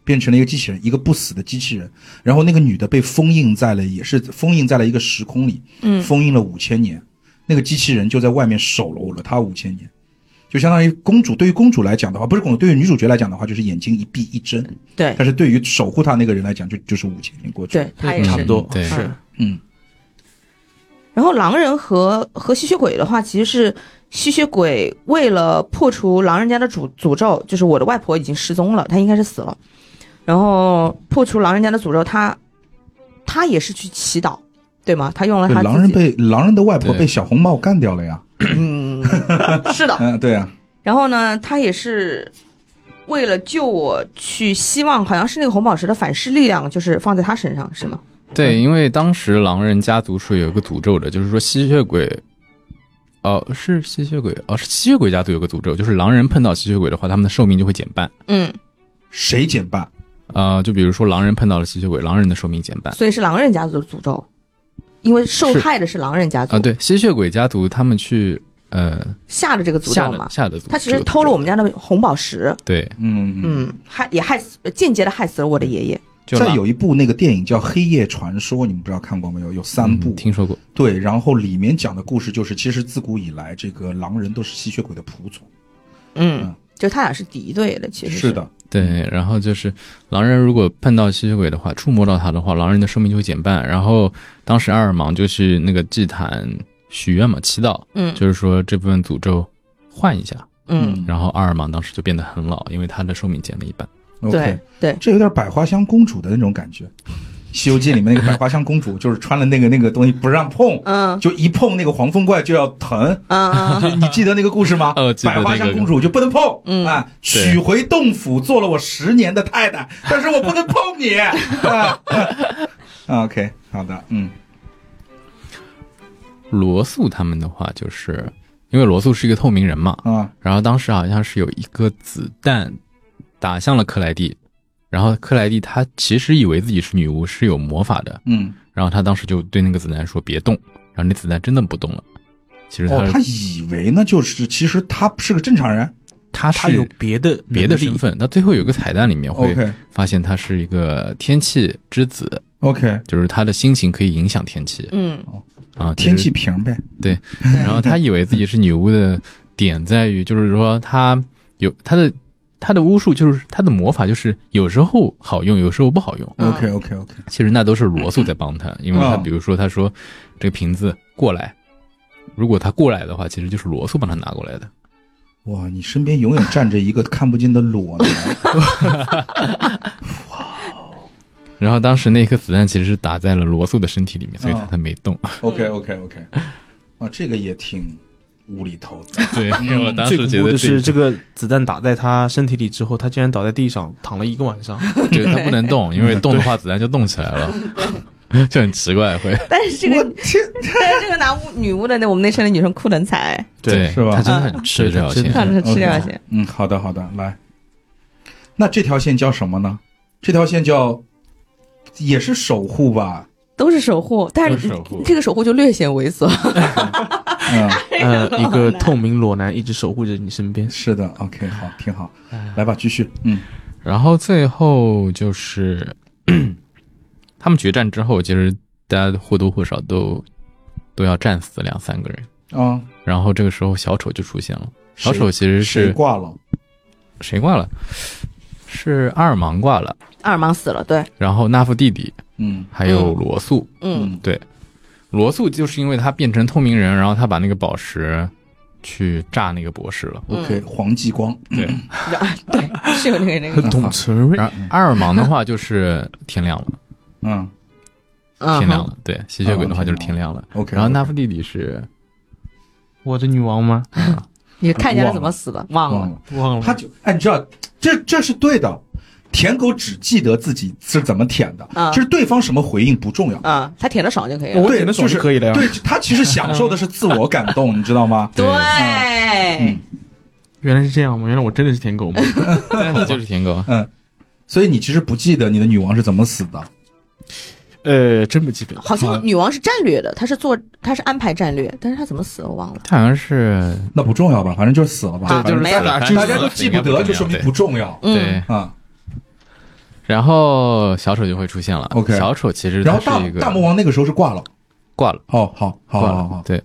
B: 变成了一个机器人，一个不死的机器人。然后那个女的被封印在了，也是封印在了一个时空里，
C: 嗯
B: 封印了五千年。那个机器人就在外面守楼了她五千年，就相当于公主。对于公主来讲的话，不是公主，对于女主角来讲的话，就是眼睛一闭一睁；
C: 对
B: 但是对于守护她那个人来讲，就就是五千年过去了。
C: 对，它也
A: 嗯
C: 是
D: 差不多
A: 对
D: 是
C: 嗯
B: 嗯，
C: 然后狼人和和吸血鬼的话，其实是吸血鬼为了破除狼人家的诅诅咒，就是我的外婆已经失踪了，她应该是死了。然后破除狼人家的诅咒，他他也是去祈祷，对吗？他用了
B: 对
C: 他
B: 狼
C: 自
B: 人
C: 己，
B: 被狼人的外婆
A: 对
B: 被小红帽干掉了呀。
C: 嗯，是的。
B: 嗯，对啊，
C: 然后呢，他也是为了救我去，希望好像是那个红宝石的反噬力量，就是放在他身上，是吗？
B: 嗯
A: 对，因为当时狼人家族是有一个诅咒的，就是说吸血鬼，哦、是吸血鬼，哦、是吸血鬼家族有个诅咒，就是狼人碰到吸血鬼的话，他们的寿命就会减半。
C: 嗯，
B: 谁减半？
A: 呃，就比如说狼人碰到了吸血鬼，狼人的寿命减半。
C: 所以是狼人家族的诅咒，因为受
A: 是
C: 害的是狼人家族
A: 啊，对，吸血鬼家族他们去呃
C: 下了这个诅
A: 下
C: 咒
A: 了
C: 嘛。
A: 下的诅咒，
C: 他只是偷了我们家的红宝石，
A: 对，
B: 嗯
C: 嗯，害也害死，间接的害死了我的爷爷。
A: 就
B: 再
A: 狼
B: 有一部那个电影叫《黑夜传说》，你们不知道看过没有？有三部
A: 嗯，听说过，
B: 对，然后里面讲的故事就是，其实自古以来，这个狼人都是吸血鬼的仆从。
C: 嗯
B: 嗯，
C: 就他俩是敌对的，其实
B: 是，的，
A: 对，然后就是狼人如果碰到吸血鬼的话，触摸到他的话，狼人的寿命就会减半。然后当时阿尔芒就去那个祭坛许愿嘛，祈祷，
C: 嗯
A: 就是说这部分诅咒换一下。
C: 嗯，
A: 然后阿尔芒当时就变得很老，因为他的寿命减了一半。？
B: 嗯，OK，
C: 对对，
B: 这有点百花香公主的那种感觉，《西游记》里面那个百花香公主，就是穿了那个那个东西不让碰，
C: 嗯
B: 就一碰那个黄风怪就要疼。(laughs)
C: 嗯
B: 就你记得那个故事吗
A: 哦记得
B: 百花
A: 那
B: 香
A: 个
B: 公主就不能碰，
C: 嗯
B: 啊，娶回洞府做了我十年的
A: (laughs)
B: 太太，但是我不能碰你。啊 OK，好的，嗯
A: 罗素他们的话，就是因为罗素是一个透明人嘛，
B: 啊，
A: 然后当时好像是有一个子弹打向了克莱蒂，然后克莱蒂她其实以为自己是女巫，是有魔法的，
B: 嗯，
A: 然后她当时就对那个子弹说别动，然后那子弹真的不动了。其实她、
B: 哦，他以为呢，就是其实他是个正常人。
A: 她
D: 他
A: 是
D: 有别的
A: 别的
D: 能力
A: 身，份，她最后有个彩蛋里面会
B: OK
A: 发现她是一个天气之子，
B: OK，
A: 就是她的心情可以影响天气
C: 嗯，
A: 啊，
B: 天
A: 就是
B: 气瓶呗。
A: 对，然后他以为自己是女巫的点在于，就是说他有他的他的巫术，就是他的魔法，就是有时候好用，有时候不好用。
C: 嗯
B: OK OK OK，
A: 其实那都是罗素在帮他，
D: 哦
A: 因为他比如说他说这个瓶子过来，如果他过来的话，其实就是罗素帮他拿过来的。
B: 哇，你身边永远站着一个看不见的裸男。
A: (laughs) 然后当时那颗子弹其实是打在了罗素的身体里面，所以他
B: 哦
A: 才没动。
B: OK OK OK，啊，这个也挺无厘头的。
A: 对，我当
D: 最
A: 时
D: 恐
A: 觉
D: 怖
A: 得
D: 的是
A: 这
D: 这个子弹打在他身体里之后，他竟然倒在地上躺了一个晚
A: (laughs)
D: 上。
A: 对他不能
D: (laughs)
A: 动，因为动的话子弹就动起来了，就很奇怪会。
C: 但是这
B: 我
C: 个，但是这个拿巫女巫的那我们那村的女生哭能才，
A: 对，
B: 是吧
A: 他真的很吃这条
D: 真
A: 线。
D: 的
C: 哎看着吃
B: OK
C: 这条线，
B: 嗯，好的好的，来，那这条线叫什么呢？这条线叫也是守护吧？
C: 都是守护，但
A: 都是
C: 是
A: 守护
C: 这个守护就略显猥琐，
B: 嗯，
C: (laughs)
D: 呃，一个透明裸男一直守护着你
A: (laughs)
D: 身边。
B: 是的。OK，好，挺好。来吧，继续。嗯
A: 然后最后就是嗯他们决战之后，其实大家或多或少都都要战死两三个人。
B: 啊，
A: 然后这个时候小丑就出现了，小
B: 谁
A: 丑其实
B: 谁
A: 是
B: 挂了？
A: 谁挂了？是阿尔芒挂了，
C: 阿尔芒死了，对，
A: 然后纳夫弟弟
B: 嗯
A: 还有罗素。
C: 嗯
B: 嗯
A: 罗素就是因为他变成透明人，然后他把那个宝石去炸那个博士了。
B: 嗯
C: 嗯
B: OK，黄继光，
A: 对，
C: (laughs) 对，是有那个那
D: (laughs)
C: 个，
A: 董存瑞，阿尔芒的话就是天
B: (laughs)
A: 亮了，
B: 嗯
C: 嗯
D: 啊
A: 天亮了。对，吸血鬼的话就是天亮了。
B: ，OK，
E: 然后那夫弟弟
B: (laughs)
E: 是
D: 我的女王吗？
C: 你看见他怎么死的？忘
B: 忘
C: 了，
B: 了，
D: 忘
B: 他就哎，你知道，这这是对的。舔狗只记得自己是怎么舔的，
C: 啊
B: 就是对方什么回应不重要。
C: 啊，他舔的爽就可以了。
D: 我
B: 对
D: 舔的手
B: 就是
D: 就可以了呀。
B: 对，他其实享受的是自我感动，你知道吗？
C: 对，
B: 嗯
D: 原来是这样吗？原来我真的是舔狗吗？
A: 你就是舔狗啊，
B: 所以你其实不记得你的女王是怎么死的。
D: (laughs) 呃，真不记得。
C: 好像女王是战略的，她是做她是安排战略，但是她怎么死我忘了。
A: 他好像是
B: 那不重要吧，反正就是死了吧，反
C: 啊就是
B: 正
C: 没
B: 大
C: 有
B: 家
A: 了
B: 大家都记不得，就说明不重要
A: 对
C: 嗯，。
B: 啊。
A: 然后小丑就会出现了。
B: OK
A: 小丑其实
B: 然
A: 他
B: 后
A: 是一
B: 大
A: 个
B: 大魔王那个时候是挂了，
A: 挂了，
B: 哦，好，好，
A: 挂
B: 好，
A: 了
B: 好，，
A: 对，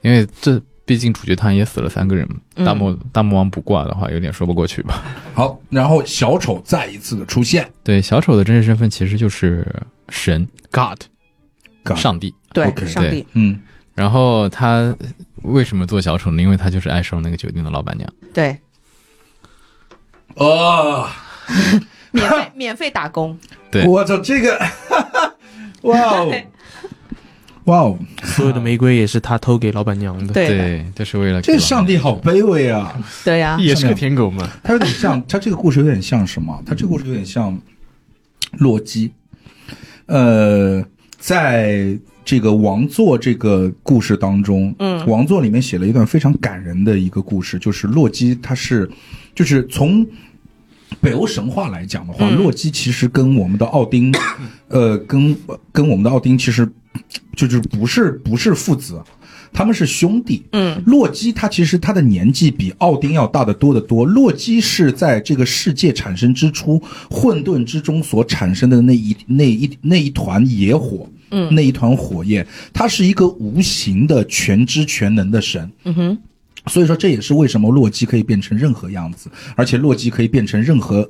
A: 因为这毕竟主角团也死了三个人嘛，
B: 嗯
C: 嗯
A: 大魔大魔王不挂的话有点说不过去吧。
B: 好。然后小丑再一次的出现，
A: 对，小丑的真实身份其实就是神 God
B: God
A: 上帝。
C: 对
B: OK
C: 上帝，
B: 嗯，
A: 然后他为什么做小丑呢？因为他就是爱上那个酒店的老板娘。
C: 对，
B: 哦，
C: 免费免费打工，
A: 对
B: 我操，这个， (laughs) 哇
C: (laughs)
B: 哦，哇哦，
D: 所有的玫瑰也是他偷给老板娘的。
C: 对的
A: 对，就是为了
B: 这上帝好卑微啊！
C: 对呀，
D: 也是个舔狗嘛。
B: 他有点像， (laughs) 他这个故事有点像什么？他这个故事有点像洛基。呃，在这个王座这个故事当中，
C: 嗯
B: 王座里面写了一段非常感人的一个故事，就是洛基他是，就是从。北欧神话来讲的话，
C: 嗯
B: 洛基其实跟我们的奥
C: (coughs)
B: 丁，呃，跟跟我们的奥丁其实就是不是不是父子，他们是兄弟。
C: 嗯，
B: 洛基他其实他的年纪比奥丁要大得多得多。洛基是在这个世界产生之初，混沌之中所产生的那一那一那一团野火，
C: 嗯
B: 那一团火焰，他是一个无形的全知全能的神。
C: 嗯哼，
B: 所以说，这也是为什么洛基可以变成任何样子，而且洛基可以变成任何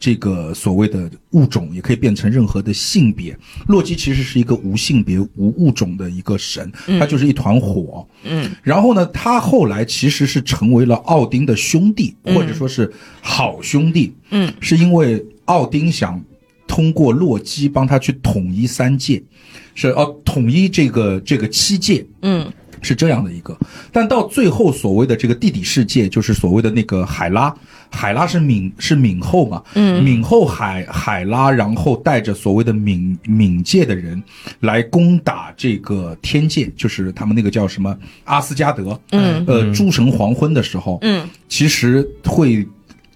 B: 这个所谓的物种，也可以变成任何的性别。洛基其实是一个无性别、无物种的一个神，他就是一团火。
C: 嗯，
B: 然后呢，他后来其实是成为了奥丁的兄弟，或者说是好兄弟。
C: 嗯，
B: 是因为奥丁想通过洛基帮他去统一三界，是哦、统一这个这个七界。
C: 嗯
B: 是这样的一个，但到最后所谓的这个地底世界，就是所谓的那个海拉，海拉是冥是冥后嘛，
C: 嗯，
B: 冥后海海拉，然后带着所谓的冥冥界的人来攻打这个天界，就是他们那个叫什么阿斯加德，
C: 嗯
B: 呃，诸神黄昏的时候，
C: 嗯
B: 其实会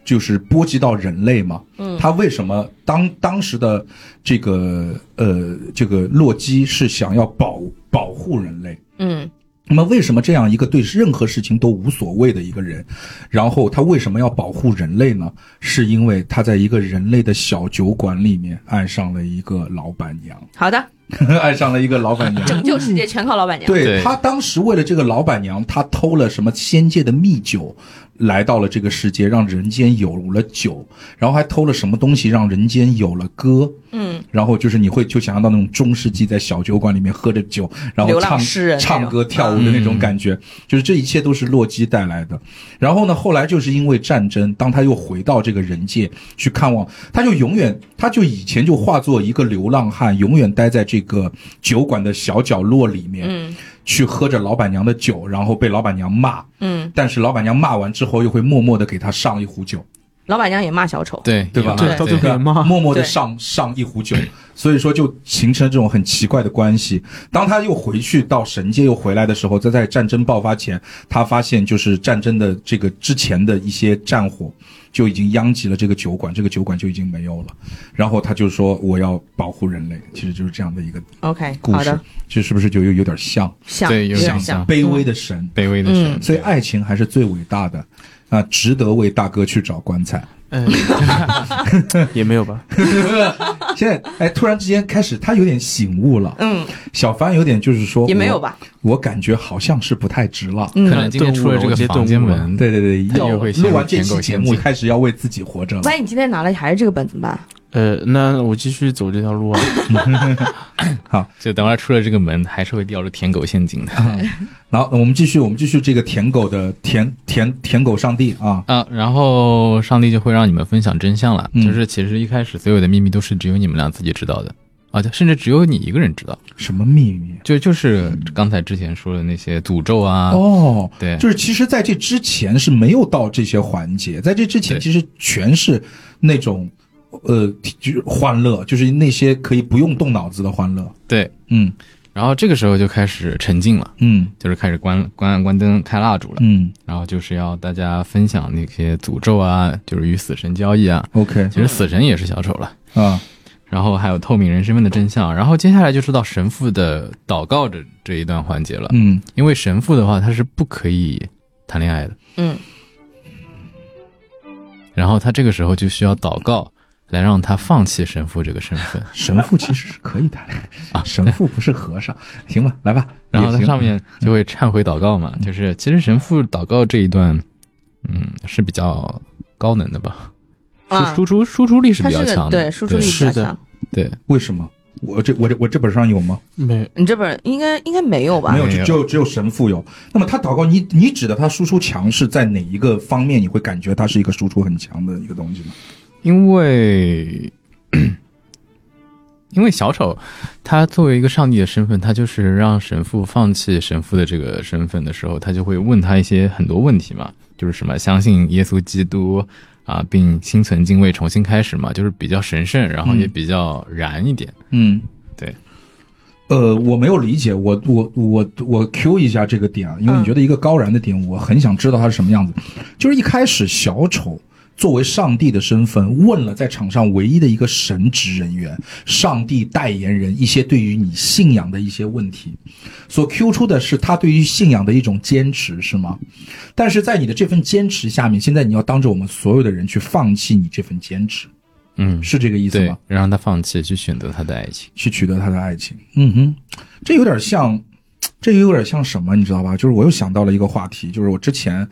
B: 就是波及到人类嘛。嗯，他为什么当当时的这个呃这个洛基是想要保保护人类？
C: 嗯
B: 那么，为什么这样一个对任何事情都无所谓的一个人，然后他为什么要保护人类呢？是因为他在一个人类的小酒馆里面爱上了一个老板娘， (laughs)
C: 好的，
B: 爱上了一个老板娘。
C: 拯救世界全靠老板娘，
B: 对
A: 对
B: 他当时为了这个老板娘，他偷了什么仙界的秘酒，来到了这个世界，让人间有了酒，然后还偷了什么东西，让人间有了歌。
C: 嗯，
B: 然后就是你会就想象到那种中世纪在小酒馆里面喝着酒，然后
C: 流浪
B: 唱
C: 诗人那种嗯
B: 唱歌跳舞的那种感觉，就是这一切都是洛基带来的。然后呢，后来就是因为战争，当他又回到这个人界去看望，他就永远，他就以前就化作一个流浪汉，永远待在这个酒馆的小角落里面，
C: 嗯
B: 去喝着老板娘的酒，然后被老板娘骂，
C: 嗯，
B: 但是老板娘骂完之后又会默默的给他上一壶酒。
C: 老板娘也骂小丑，
A: 对
B: 对吧
A: 有
C: 对
A: 嘛
D: 到最后
B: 对
D: 也骂
B: 默默的
C: 对
B: 上上一壶酒，所以说就形成这种很奇怪的关系。当他又回去到神界又回来的时候，在在战争爆发前，他发现就是战争的这个之前的一些战火就已经殃及了这个酒馆，这个酒馆就已经没有了。然后他就说我要保护人类，其实就是这样的一个
C: OK，
B: 故
C: 好
B: 事
C: 的，，嗯
B: 这是不是就有有点像
C: 像
A: 对有
C: 有
A: 点
C: 点
A: 像
C: 像，
B: 卑微的神？
A: 卑微的神，
B: 嗯所以爱情还是最伟大的。啊，值得为大哥去找棺材。 (laughs)
D: (laughs) 嗯，也没有吧。
B: 现在，哎，突然之间开始，他有点醒悟了。
C: 嗯，
B: 小凡有点就是说
C: 也没有，吧，
B: 我我感觉好像是不太值了。
A: 可
C: 嗯，
A: 能今天出了这个房间门，
B: 对对对，
A: 他
B: 要
A: 又会陷入
B: 录完这
A: 舔
B: 期
A: 狗
B: 节
A: 陷
B: 目
A: 阱
B: 开始要为自己活着了。
C: 万一你今天拿了还是这个本怎么办？
D: 呃，那我继续走这条路啊。
A: 就等会儿出了这个门，还是会掉入舔狗陷
B: (laughs)
A: 阱的
B: 然后我们继续，我们继续这个舔狗的舔舔舔狗上帝啊，
A: 啊。然后上帝就会让你们分享真相了，
B: 嗯
A: 就是其实一开始所有的秘密都是只有你们俩自己知道的啊，就甚至只有你一个人知道。
B: 什么秘密？
A: 就就是刚才之前说的那些诅咒啊，
B: 哦，
A: 对
B: 就是其实在这之前是没有到这些环节，在这之前
A: 对
B: 其实全是那种呃，就是欢乐，就是那些可以不用动脑子的欢乐。
A: 对。
B: 嗯
A: 然后这个时候就开始沉浸了，
B: 嗯
A: 就是开始关关暗关灯、开蜡烛了，
B: 嗯
A: 然后就是要大家分享那些诅咒啊，就是与死神交易啊。
B: ，OK
A: 其实死神也是小丑了，
B: 啊，
A: 然后还有透明人身份的真相，然后接下来就是到神父的祷告这这一段环节了。
B: 嗯
A: 因为神父的话，他是不可以谈恋爱的。
C: 嗯，
A: 然后他这个时候就需要祷告，来让他放弃神父这个身份。
B: 神父其实是可以谈恋
A: 啊
B: 爱，神父不是和尚，行吧，来吧。
A: 然后他
B: 也行嗯
A: 上面就会忏悔祷告嘛，就是其实神父祷告这一段，嗯，是比较高能的吧，
C: 啊
A: 输输出输出力是
C: 它
A: 比较
C: 是
A: 强
C: 个
A: 的，
C: 对输出力比较
D: 是的
C: 强。
A: 对，
B: 为什么？我这我这我这本上有吗？
D: 没，
C: 你这本应该应该没有吧
B: 没？有，
A: 没
B: 就
A: 有
B: 只有只有神父有。那么他祷告，你你指的他输出强是在哪一个方面？你会感觉他是一个输出很强的一个东西吗？
A: 因为因为小丑他作为一个上帝的身份，他就是让神父放弃神父的这个身份的时候，他就会问他一些很多问题嘛，就是什么相信耶稣基督啊，并心存敬畏，重新开始嘛，就是比较神圣，然后也比较燃一点。
B: 嗯，
A: 对。
B: 呃，我没有理解，我我我我 Q 一下这个点啊，因为你
C: 嗯
B: 觉得一个高燃的点，我很想知道他是什么样子。就是一开始小丑作为上帝的身份，问了在场上唯一的一个神职人员、上帝代言人一些对于你信仰的一些问题，所 Q 出的是他对于信仰的一种坚持，是吗？但是在你的这份坚持下面，现在你要当着我们所有的人去放弃你这份坚持，
A: 嗯，
B: 是这个意思
A: 对
B: 吗？，
A: 让他放弃去选择他的爱情。
B: 去取得他的爱情。嗯哼，这有点像，这有点像什么，你知道吧？就是我又想到了一个话题，就是我之前，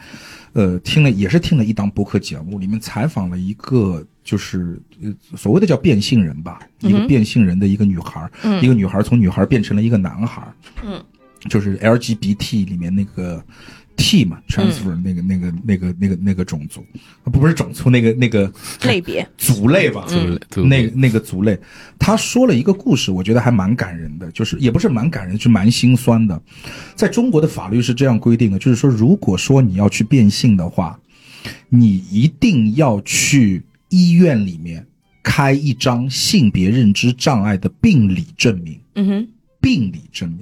B: 呃，听了也是听了一档播客节目，里面采访了一个就是呃所谓的叫变性人吧，一个变性人的一个女孩儿，
C: 嗯
B: 一个女孩儿从女孩儿变成了一个男孩，
C: 嗯，
B: 就是 LGBT 里面那个。T 嘛，transfer
C: 嗯
B: 那个、那个那个那个那个种族，啊不不是种族，那个那个
C: 类别，
B: 族类吧，
A: 嗯族类
B: 那个那个族类，他说了一个故事，我觉得还蛮感人的，就是也不是蛮感人，是蛮心酸的。在中国的法律是这样规定的，就是说，如果说你要去变性的话，你一定要去医院里面开一张性别认知障碍的病理证明。
C: 嗯哼，
B: 病理证明。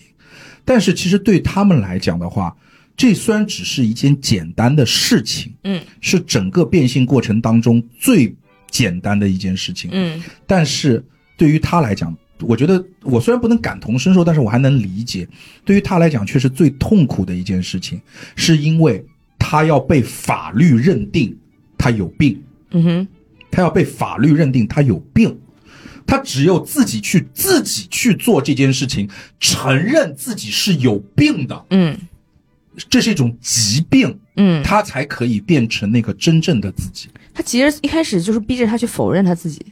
B: 但是其实对他们来讲的话，这虽然只是一件简单的事情，
C: 嗯，
B: 是整个变性过程当中最简单的一件事情，
C: 嗯
B: 但是对于他来讲，我觉得我虽然不能感同身受，但是我还能理解，对于他来讲却是最痛苦的一件事情，是因为他要被法律认定他有病，
C: 嗯哼，
B: 他要被法律认定他有病，他只有自己去自己去做这件事情，承认自己是有病的，
C: 嗯
B: 这是一种疾病，
C: 嗯，
B: 他才可以变成那个真正的自己。
C: 他其实一开始就是逼着他去否认他自己，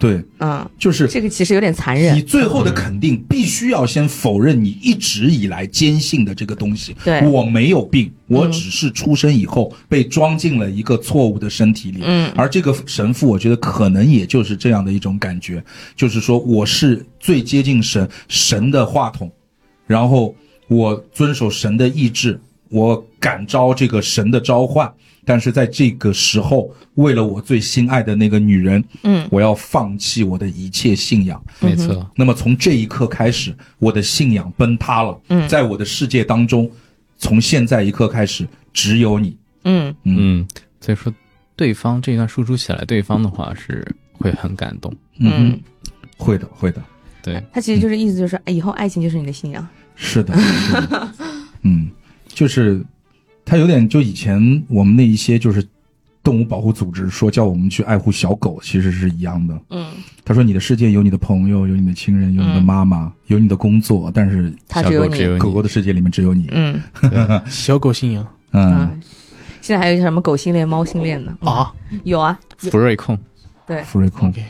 B: 对，
C: 嗯，
B: 就是
C: 这个其实有点残
B: 你
C: 忍，
B: 最后的肯定必须要先否认你一直以来坚信的这个东西。
C: 对嗯
B: 我没有病，我只是出生以后被装进了一个错误的身体里。
C: 嗯
B: 而这个神父，我觉得可能也就是这样的一种感觉，就是说我是最接近神神的话筒，然后我遵守神的意志，我感召这个神的召唤。但是在这个时候，为了我最心爱的那个女人，
C: 嗯
B: 我要放弃我的一切信仰。
A: 没错，
B: 那么从这一刻开始，我的信仰崩塌了。
C: 嗯
B: 在我的世界当中，从现在一刻开始，只有你。
C: 嗯
A: 嗯，所以说对方这一段输出起来，对方的话是会很感动。
B: 哼
C: 嗯，，
B: 会的，会的，
A: 对，
C: 他其实就是意思就是，哎以后爱情就是你的信仰，
B: 是的，是的 (laughs) 嗯，就是他有点就以前我们那一些就是动物保护组织说叫我们去爱护小狗，其实是一样的。
C: 嗯，
B: 他说你的世界有你的朋友，有你的亲人，有你的
C: 嗯
B: 妈妈，有你的工作，但是
C: 他
A: 小
C: 啊只有
A: 狗
C: 你
A: 只，有
B: 狗
A: 你
B: 狗的世界里面只有你。
C: 嗯 (laughs)
D: 小狗信仰
B: 嗯，
C: 啊，现在还有一些什么狗性恋、猫性恋呢？
D: 啊
C: 有啊，
A: 福瑞控。
C: 对，
A: 哦
B: 福瑞控。
D: ，OK，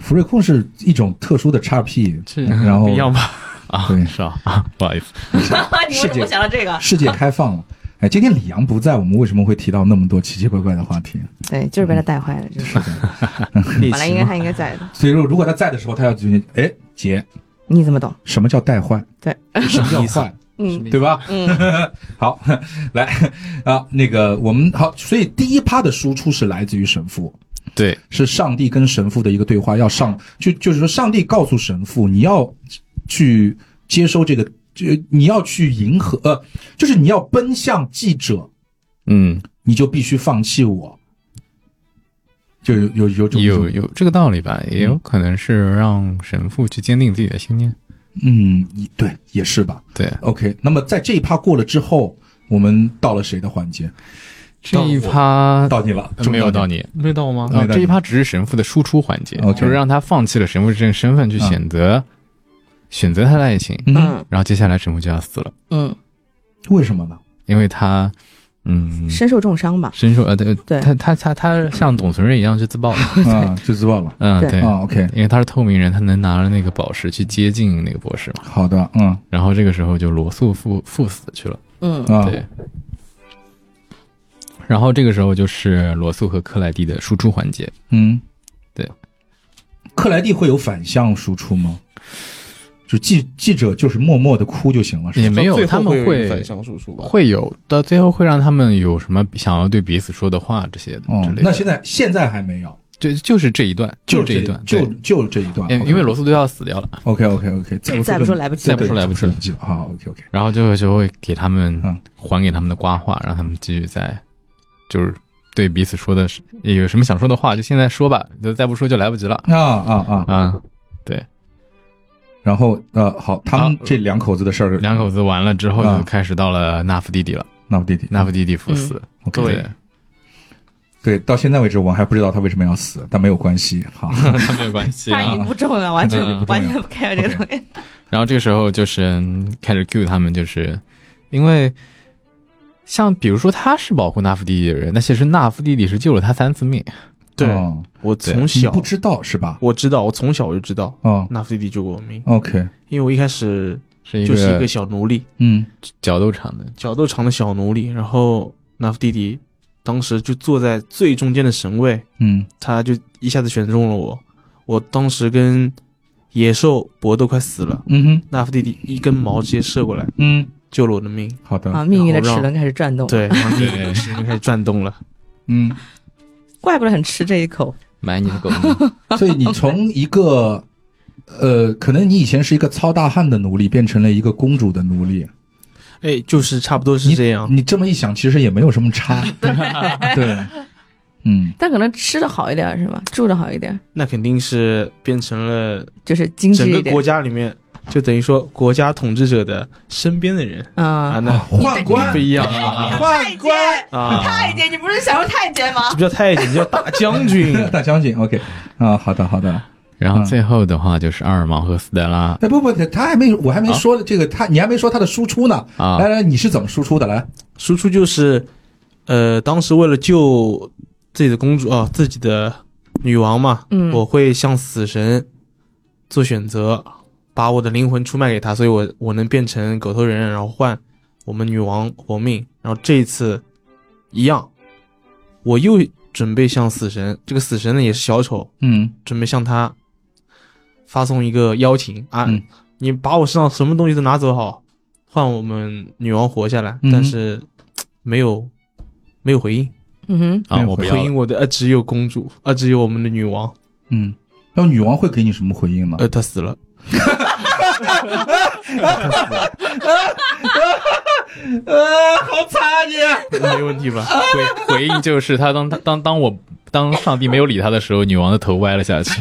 B: 福瑞控是一种特殊的叉 P，
D: 是
C: (laughs)
A: 哦
B: 然后
D: 不一样吧？
A: 啊
B: 对，
A: 是吧？啊，不好意思，
C: 你为什么想到这个？
B: 世界开放了。哎，今天李阳不在，我们为什么会提到那么多奇奇怪怪的话题？
C: 对，就是被他带坏了，就是。
D: 猎
C: 本来应
D: 奇
C: 该
D: 嘛
C: 他应该在的，
B: 所以说，如果他在的时候，他要决定，哎，姐，
C: 你怎么懂？
B: 什么叫带坏？
C: 对，
B: 什么叫坏？
C: 嗯
B: 对吧？
C: 嗯，
B: 好， (laughs) 来啊，那个我们好，所以第一趴的输出是来自于神父，
A: 对，
B: 是上帝跟神父的一个对话，要上就就是说，上帝告诉神父，你要去接收这个，就你要去迎合，呃，就是你要奔向记者，
A: 嗯，
B: 你就必须放弃我，就有有有种
A: 有有这个道理
B: 嗯
A: 吧，也有可能是让神父去坚定自己的信念。
B: 嗯，也对，也是吧
A: 对，
B: ？OK，那么在这一趴过了之后，我们到了谁的环节？
A: 这一趴
B: 到你了，
A: 没有到
B: 你，
A: 你。
D: 没到吗？
B: 没
A: 啊
B: 有，到
A: 这
B: 你哦
A: 一趴只是神父的输出环节，
B: OK 啊
A: 就是让他放弃了神父这个身份，去选择选择他的爱情。
B: 嗯，
A: 然后接下来神父就要死了，
C: 嗯，
B: 为什么呢？
A: 因为他，嗯，
C: 身受重伤吧，
A: 神说呃，对，
C: 对
A: 他他他他像董存瑞一样去自爆了，
C: (laughs)
B: 啊，就自爆了。
A: 嗯，
C: 对哦
A: 对，
B: 啊，OK，
A: 因为他是透明人，他能拿着那个宝石去接近那个博士嘛。
B: 好的，嗯
A: 然后这个时候就罗素赴赴死去了，
C: 嗯
B: 啊，
A: 对。然后这个时候就是罗素和克莱蒂的输出环节，
B: 嗯，
A: 对。
B: 克莱蒂会有反向输出吗？就记记者就是默默的哭就行了，是
A: 也
B: 吧？
A: 没有
D: 最后
A: 他们
D: 会
A: 会
D: 反向输出吧？
A: 会有到最后会让他们有什么想要对彼此说的话这些的嗯
B: 哦
A: 之，类的。
B: 那现在现在还没有，
A: 就就是这一段，
B: 就
A: 这一段，
B: 就
A: 对
B: 就这一段，
A: 因因为罗素都要死掉了，
B: OK OK OK，再
C: 再不说来不及
A: 再不说来不及了
B: 及了，好 OK OK，
A: 然后就就会给他们
B: 嗯
A: 还给他们的瓜话，让他们继续在就是对彼此说的是有什么想说的话就现在说吧，就再不说就来不及了
B: 啊啊啊，
A: 啊！
B: 然后呃，好，他们
A: 啊
B: 这两口子的事儿，
A: 两口子完了之后
B: 啊
A: 就开始到了纳夫弟弟了，
B: 那我弟弟，
A: 纳夫弟弟赴死，
B: OK
A: 嗯对，
B: 对，到现在为止我还不知道他为什么要死，但没有关系，
A: (laughs)
B: 好，
A: (laughs) 他没有关系
C: 他
A: 啊
C: 已。经不重要，完全
A: 嗯
C: 完全不 care 这个东西。
A: 然后这个时候就是嗯开始 cue 他们，就是因为像比如说他是保护纳夫弟弟的人，那其实纳夫弟弟是救了他三次命，
D: 对，
B: 哦
D: 我从
B: 你
D: 小
B: 不知道是吧？
D: 我知道，我从小就知道
B: 哦
D: 纳夫弟弟救过我命，
B: ，OK，
D: 因为我一开始
A: 是一
D: 就是一个
A: 个
D: 小奴隶，
B: 嗯
A: 角斗 (laughs) 场的，
D: 角斗场的小奴隶。然后纳夫弟弟当时就坐在最中间的神位，
B: 嗯
D: 他就一下子选中了我。我当时跟野兽搏斗快死了，
B: 嗯哼
D: 纳夫弟弟一根毛直接射过来
B: 嗯，
D: 救了我的命。
B: 好的，
C: 啊，命运的齿轮开始转动，
D: 对，然后就
A: 对
D: 开始转动了。
B: 嗯。
C: 怪不得很吃这一口。
A: 买你的狗命。
B: 所以你从一个，呃，可能你以前是一个操大汉的奴隶，变成了一个公主的奴隶。
D: 哎，就是差不多是
B: 你
D: 这样。
B: 你这么一想，其实也没有什么差。对，嗯，
C: 但可能吃的好一点是吧？住的好一点，
D: 那肯定是变成了
C: 就是精致
D: 整
C: 一
D: 个
C: 点
D: 国。家里面，就等于说国家统治者的身边的人啊，
C: 嗯，
D: 那
B: 宦官
D: 不一样啊
B: 宦官，
D: 啊！
C: 太监，你不是想说太监吗
D: 这？不叫太监，这叫大将 (laughs) 军。
B: 大将军。OK，啊，好的，好的。
A: 然后最后的话就是阿尔芒和斯黛拉
B: 哎，不不，他还没，我还没说这个，他你还没说他的输出呢。
A: 啊
B: 来，来，你是怎么输出的？来，
D: 输出就是，呃，当时为了救自己的公主啊，自己的女王嘛，
C: 嗯
D: 我会向死神做选择，把我的灵魂出卖给他，所以我我能变成狗头人，然后换我们女王活命。然后这一次一样，我又准备向死神，这个死神呢也是小丑，
B: 嗯
D: 准备向他发送一个邀请啊，
B: 嗯
D: 你把我身上什么东西都拿走好，换我们女王活下来。
B: 嗯
D: 但是嘖没有没有回应，
C: 嗯哼，
A: 啊，我不要
D: 回
A: 了
D: 应我的呃只有啊公主，呃只有我们的女王，
B: 嗯，那女王会给你什么回应吗？
D: 呃 (laughs) 她死了。 (laughs)
B: 呃，好惨啊你！
D: 没问题吧？
A: 回回应就是他当他当当我当上帝没有理他的时候，女王的头歪了下去。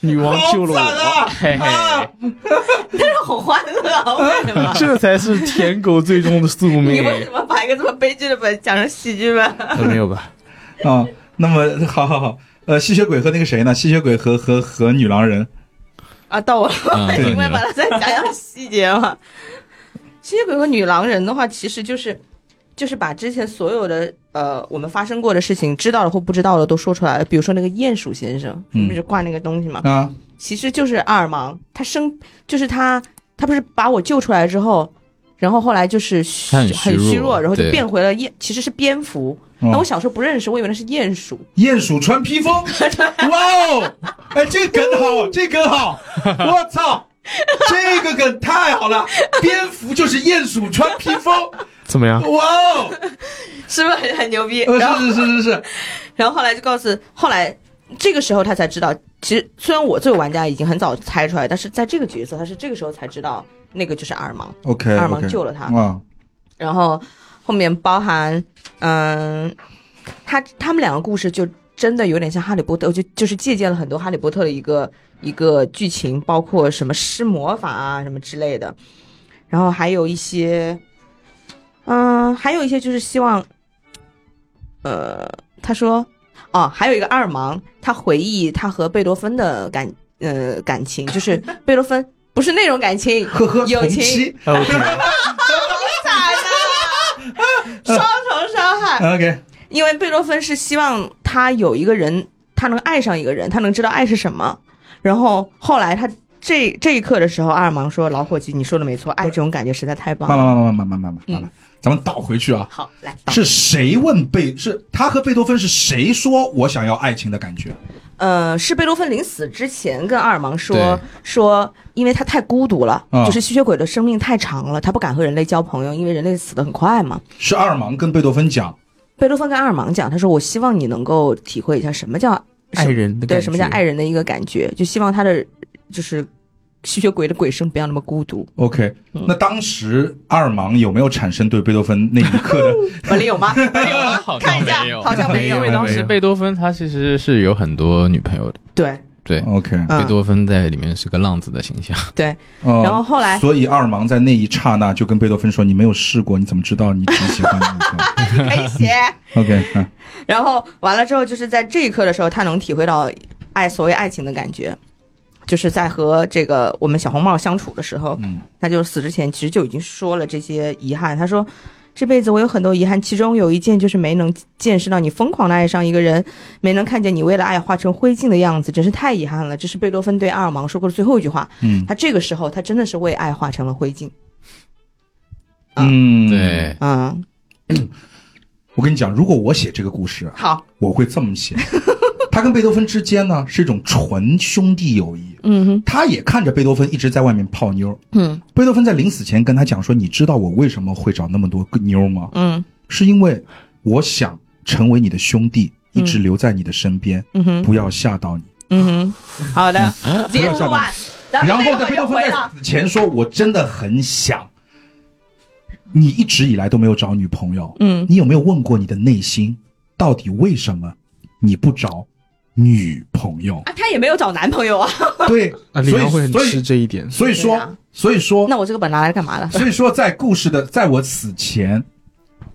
D: 女王救了我， (laughs) 嘿嘿，
C: 但是很欢乐，啊为什么？
D: (laughs) 这才 (laughs) 是舔狗最终的宿
C: 你
D: 命。
C: 为什么把一个这么悲剧的本讲成喜剧本？
D: 呃 (laughs) 没有吧？
B: 啊，那么好好好，呃，吸血鬼和那个谁呢？吸血鬼和和和女狼人。
C: 啊，到我了，
A: 嗯，
B: 对
A: 对
C: 因为
A: 你
C: 把
A: 了
C: 它再讲讲细节嘛。吸血鬼和女狼人的话，其实就是就是把之前所有的呃，我们发生过的事情，知道了或不知道的都说出来了。比如说那个鼹鼠先生，
B: 嗯
C: 不是挂那个东西嘛，
B: 啊，
C: 其实就是阿尔芒，他生就是他，他不是把我救出来之后，然后后来就是虚
A: 他很虚
C: 很虚
A: 弱
C: 弱，然后就
A: 对
C: 变回了鼹，其实是蝙蝠。
B: 嗯
C: 那我小时候不认识，我以为那是鼹鼠。
B: 鼹鼠穿披风，哇哦！哎，这个梗好，这个梗好，我操，这个梗太好了！蝙蝠就是鼹鼠穿披风，
D: 怎么样？
B: 哇哦！
C: 是不是很很牛逼？然
B: 呃
C: 后，
B: 是是是是是，
C: 然后后来就告诉，后来这个时候他才知道，其实虽然我作为玩家已经很早猜出来，但是在这个角色他是这个时候才知道那个就是阿尔芒，
B: OK，
C: 阿尔芒救了他。
B: 啊，
C: 然后后面包含，嗯，他他们两个故事就真的有点像《哈利波特》，就就是借鉴了很多《哈利波特》的一个一个剧情，包括什么施魔法啊什么之类的，然后还有一些，嗯，还有一些就是希望，呃，他说，哦，还有一个二盲，他回忆他和贝多芬的感呃感情，就是贝多芬不是那种感情，
B: 呵呵，
C: 友
B: 同
C: 情
B: 期
D: 哎我天哪，
C: 咋的？双重伤害，
B: OK，
C: 因为贝多芬是希望他有一个人，他能爱上一个人，他能知道爱是什么。然后后来他这这一刻的时候，阿尔芒说：“老伙计，你说的没错，爱这种感觉实在太棒
B: 慢慢
C: 了。
B: 慢慢慢慢慢慢慢慢，咱们倒回去”啊。
C: 好，来，
B: 是谁问贝？是他和贝多芬是谁说我想要爱情的感觉？
C: 呃，是贝多芬临死之前跟阿尔芒说
A: 对
C: 说，因为他太孤独了，
B: 啊
C: 就是吸血鬼的生命太长了，他不敢和人类交朋友，因为人类死得很快嘛。
B: 是阿尔芒跟贝多芬讲，
C: 贝多芬跟阿尔芒讲，他说：“我希望你能够体会一下什么叫
D: 爱人的感
C: 对，
D: 觉
C: 什么叫爱？人的一个感觉，就希望他的就是吸血鬼的鬼声不要那么孤独。
B: OK，、那
C: 嗯
B: 当时阿尔芒有没有产生对贝多芬那一刻
C: (laughs)
B: 的？
C: (laughs) 本里有吗？本里有吗？
A: (laughs) 好像
C: 看一下
A: 没，有
C: 好像没
A: 因
C: 有
D: 没。
A: 为
D: 有
A: 当时贝多芬他其实是有很多女朋友的，
C: 对，
A: 对，
B: OK，
A: 贝
C: 嗯，
A: 多芬在里面是个浪子的形象，
C: 对。
B: 哦
C: 然后后来
B: 所以阿尔芒在那一刹那就跟贝多芬说：“你没有试过，你怎么知道你只喜欢我
C: (laughs) 你可以写。
B: ？”OK，嗯
C: 然后完了之后，就是在这一刻的时候，他能体会到爱所谓爱情的感觉，就是在和这个我们小红帽相处的时候，
B: 嗯
C: 他就死之前其实就已经说了这些遗憾。他说，这辈子我有很多遗憾，其中有一件就是没能见识到你疯狂的爱上一个人，没能看见你为了爱化成灰烬的样子，真是太遗憾了。这是贝多芬对阿尔芒说过的最后一句话。
B: 嗯
C: 他这个时候，他真的是为爱化成了灰烬。啊
B: 嗯，
A: 对，
C: 嗯，
B: 我跟你讲，如果我写这个故事啊，
C: 好，
B: 我会这么
C: (laughs)
B: 写：他跟贝多芬之间呢是一种纯兄弟友谊。
C: 嗯哼，
B: 他也看着贝多芬一直在外面泡妞。
C: 嗯
B: 贝多芬在临死前跟他讲说：“你知道我为什么会找那么多个妞吗？
C: 嗯
B: 是因为我想成为你的兄弟，一直留在你的身边，
C: 嗯哼，
B: 不要吓到你。
C: 嗯哼，好的，结束完。
B: 然后
C: 呢
B: 在，贝多
C: 又
B: 芬
C: 回
B: 在
C: 了。
B: 死前说：“我真的很想。”你一直以来都没有找女朋友，
C: 嗯
B: 你有没有问过你的内心，到底为什么你不找女朋友？
C: 啊，他也没有找男朋友啊。
B: 对，
D: 啊，李
B: 所
D: 阳会
B: 以
D: 很
B: 所
D: 吃
B: 以
D: 这一点。
B: 所以
C: 对
B: 说
C: 啊
B: 所以说
C: 那我这个本拿来干嘛的？
B: 所以说，在故事的，在我死前，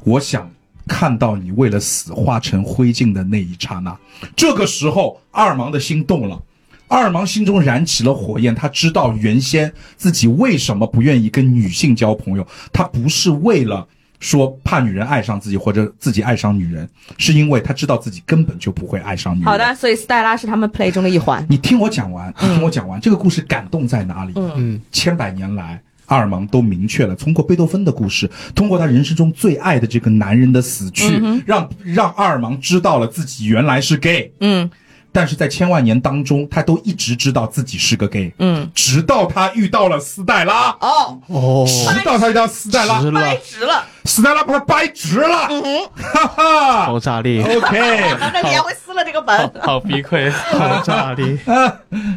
B: 我想看到你为了死化成灰烬的那一刹那。这个时候，阿尔芒的心动了，阿尔芒心中燃起了火焰。他知道原先自己为什么不愿意跟女性交朋友，他不是为了。说怕女人爱上自己，或者自己爱上女人，是因为他知道自己根本就不会爱上女人。
C: 好的，，所以斯黛拉是他们 play 中的一环。
B: 你听我讲完，听我讲完，这个故事感动在哪里？
C: 嗯
D: 嗯，
B: 千百年来，阿尔芒都明确了，通过贝多芬的故事，通过他人生中最爱的这个男人的死
C: 嗯
B: 去，让让阿尔芒知道了自己原来是 gay，
C: 嗯
B: 但是在千万年当中，他都一直知道自己是个 gay，
C: 嗯，
B: 直到他遇到了斯黛拉。
C: 哦，
D: 哦，
B: 直到他遇到斯黛拉
D: 直，
C: 掰
D: 了，
C: 直了，嗯
B: 斯黛拉把他掰直了，哈哈
D: 好炸裂，
B: ，OK， (laughs)
C: 然后那脸会撕了这个本。
A: (laughs) 好逼啊
D: (laughs)
A: 溃，
D: 好炸 (laughs) 裂！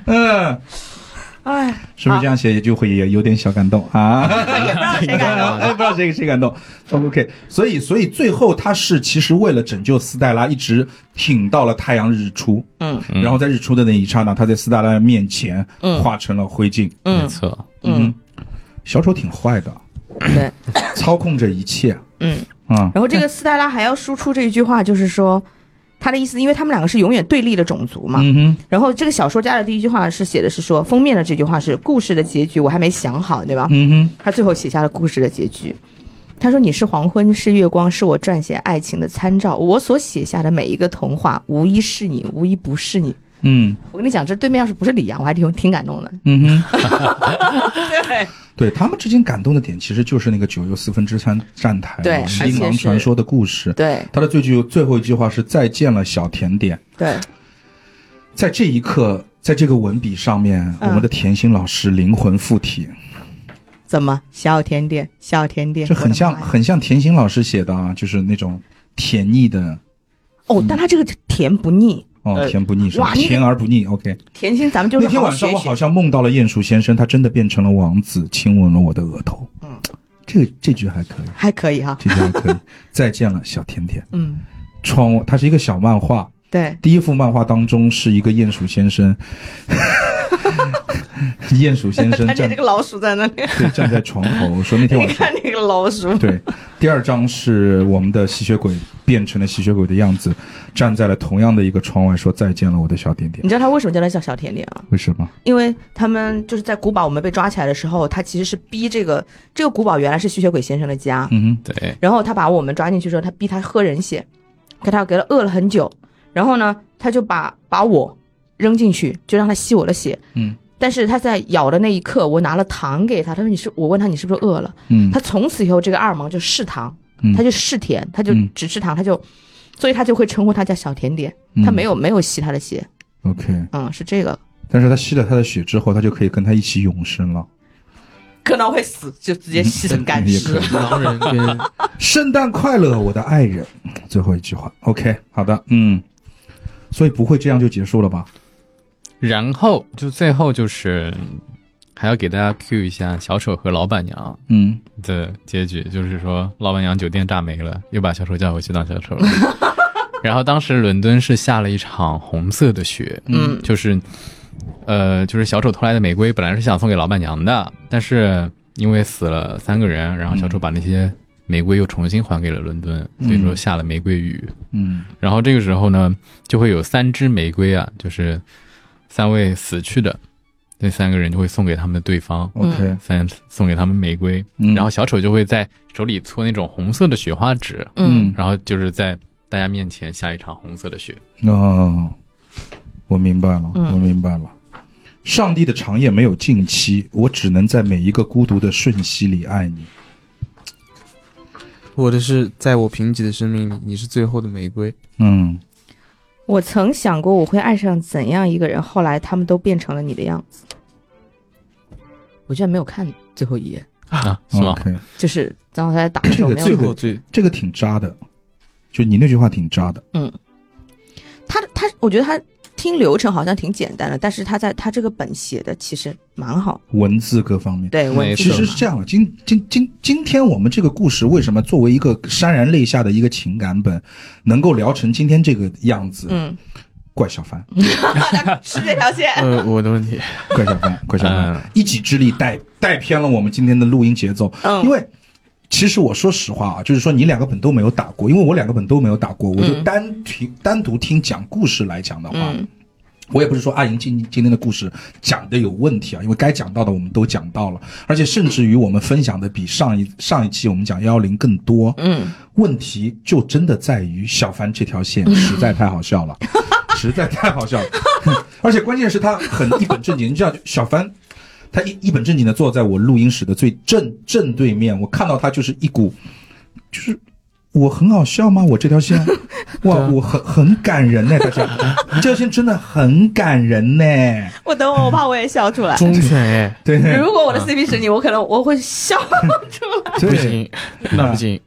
B: 嗯，
C: 哎，
B: 是不是这样写就会也有点小感动啊？
C: 也不知道谁啊敢
B: (laughs)
D: 动
B: 哎，不知道谁谁敢动。OK，所以所以最后他是其实为了拯救斯黛拉，一直挺到了太阳日出，
C: 嗯
B: 然后在日出的那一刹那，他在斯黛拉面前
C: 嗯
B: 化成了灰烬。
A: 没
C: 嗯
A: 错，
C: 嗯，
B: 小丑挺坏的，
C: 对，
B: 操控着一切
C: 嗯。
B: 啊、
C: 然后这个斯黛拉还要输出这一句话，就是说。他的意思，因为他们两个是永远对立的种族嘛。
B: 嗯哼，
C: 然后这个小说家的第一句话是写的是说，封面的这句话是故事的结局，我还没想好，对吧？
B: 嗯哼，
C: 他最后写下了故事的结局。他说：“你是黄昏，是月光，是我撰写爱情的参照。我所写下的每一个童话，无一是你，无一不是你。
B: 嗯”
C: 我跟你讲，这对面要是不是李阳，我还挺挺感动的。
B: 嗯哼，
C: (laughs) 对，
B: 对他们之间感动的点，其实就是那个九又四分之三站台嘛，
C: 对
B: 是
C: 而且
B: 槟榔
C: 是
B: 传说的故事。
C: 对，
B: 他的最句最后一句话是“再见了，小甜点”。
C: 对，
B: 在这一刻，在这个文笔上面，
C: 嗯
B: 我们的甜心老师灵魂附体，
C: 怎么小甜点，小甜点，
B: 这很像啊
C: 我的妈呀
B: 很像甜心老师写的啊，就是那种甜腻的嗯
C: 哦，但他这个甜不腻，
B: 哦，
D: 哎
B: 甜不腻是吧？
C: 呃哇那个
B: 甜而不腻。OK，
C: 甜心咱们就是
B: 那天
C: 好好
B: 晚上
C: 学
B: 我
C: 一
B: 好
C: 学。
B: 像梦到了鼹鼠先生，他真的变成了王子，亲吻了我的额头。嗯，这个这句还可以，
C: 还可以哈、
B: 这句还
C: (laughs)
B: 可以。再见了，小甜甜。
C: 嗯，
B: 窗，它是一个小漫画，
C: 对，
B: 第一幅漫画当中是一个鼹鼠先生， (laughs) 鼹鼠先生
C: 他就
B: 站
C: 这个老鼠在那
B: (laughs)
C: 里，
B: 对站在床头说那天
C: 你
B: 晚上
C: 看那个老
B: (laughs)
C: 鼠，
B: 对，第二张是我们的吸血鬼变成了吸血鬼的样子，站在了同样的一个窗外说再见了我的小点点
C: 你，知道他为什么叫他叫小甜点啊？
B: 为什么？
C: 因为他们就是在古堡我们被抓起来的时候，他其实是逼这个这个古堡原来是吸血鬼先生的家，
B: 嗯
A: 对，
C: 然后他把我们抓进去之后，他逼他喝人血，可他给他饿了很久，然后呢，他就把把我扔进去，就让他吸我的血。
B: 嗯
C: 但是他在咬的那一刻，我拿了糖给他，他说你是我问他你是不是饿了，
B: 嗯
C: 他从此以后这个阿尔蒙就嗜糖，
B: 嗯
C: 他就嗜甜，他就
B: 嗯
C: 只吃糖，他就，所以他就会称呼他叫小甜点，
B: 嗯
C: 他没有没有吸他的血，
B: ，OK，
C: 嗯，是这个
B: 但是他吸了他的血之后，他就可以跟他一起永生了。
C: 可能会死，就直接吸成干
B: 嗯也
C: 尸
B: 可以。
D: 狼人跟
B: 圣诞快乐，我的爱人，最后一句话，OK，好的，嗯，所以不会这样就结束了吧？
A: 然后就最后就是还要给大家 Q 一下小丑和老板娘
B: 嗯，
A: 的结局，就是说老板娘酒店炸没了，又把小丑叫回去当小丑了。 (laughs) 然后当时伦敦是下了一场红色的雪，
C: 嗯
A: 就是，呃，就是小丑偷来的玫瑰本来是想送给老板娘的，但是因为死了三个人，然后小丑把那些玫瑰又重新还给了伦敦，所以说下了玫瑰雨。
B: 嗯
A: 然后这个时候呢，就会有三支玫瑰啊，就是三位死去的那三个人就会送给他们的对方，
B: ，OK，
A: 三送给他们玫瑰。
B: 嗯
A: 然后小丑就会在手里搓那种红色的雪花纸，
B: 嗯，
A: 然后就是在大家面前下一场红色的雪。
B: 哦，我明白了，我明白了。上帝的长夜没有尽期，我只能在每一个孤独的瞬息里爱你。
D: 我的是在我贫瘠的生命里，你是最后的玫瑰。
B: 嗯，
C: 我曾想过我会爱上怎样一个人，后来他们都变成了你的样子。我居然没有看最后一页，
A: 啊，是吗？
B: OK，
C: 就是张老师在打的时候
B: 这个
C: 没
B: 最
C: 有
B: 后
C: 看。
D: 最
B: 这个挺渣的，就你那句话挺渣的。
C: 他他，我觉得他听流程好像挺简单的，但是他在他这个本写的其实蛮好。
B: 文字各方面。
C: 对，我
A: 没
B: 其实是这样的，今今今今天我们这个故事为什么作为一个潸然泪下的一个情感本，能够聊成今天这个样子？
C: (laughs) 嗯，
B: 怪小凡，
C: 啊是这条线。
D: 呃，我的问题，
B: 怪小凡，怪小
A: 嗯
B: 凡，一己之力带带偏了我们今天的录音节奏。
C: 嗯
B: 因为其实我说实话啊，就是说你两个本都没有打过，因为我两个本都没有打过，我就
C: 嗯
B: 单听单独听讲故事来讲的话，
C: 嗯
B: 我也不是说阿莹今今天的故事讲的有问题啊，因为该讲到的我们都讲到了，而且甚至于我们分享的比上一上一期我们讲幺幺零更多。
C: 嗯，
B: 问题就真的在于小凡这条线实在太好笑了，实在太好笑了， (laughs) 而且关键是他很一本正经，你知道小凡。他一一本正经的坐在我录音室的最正正对面，我看到他就是一股，就是我很好笑吗？我这条线，哇，我很很感人呢、大家，这条线真的很感人呢、
C: 我等会儿我怕我也笑出来。
D: (laughs) 忠犬哎，
B: 对，
C: 如果我的 CP 是你，我可能我会笑出来。
D: 不
B: 对，
D: 行，那不行，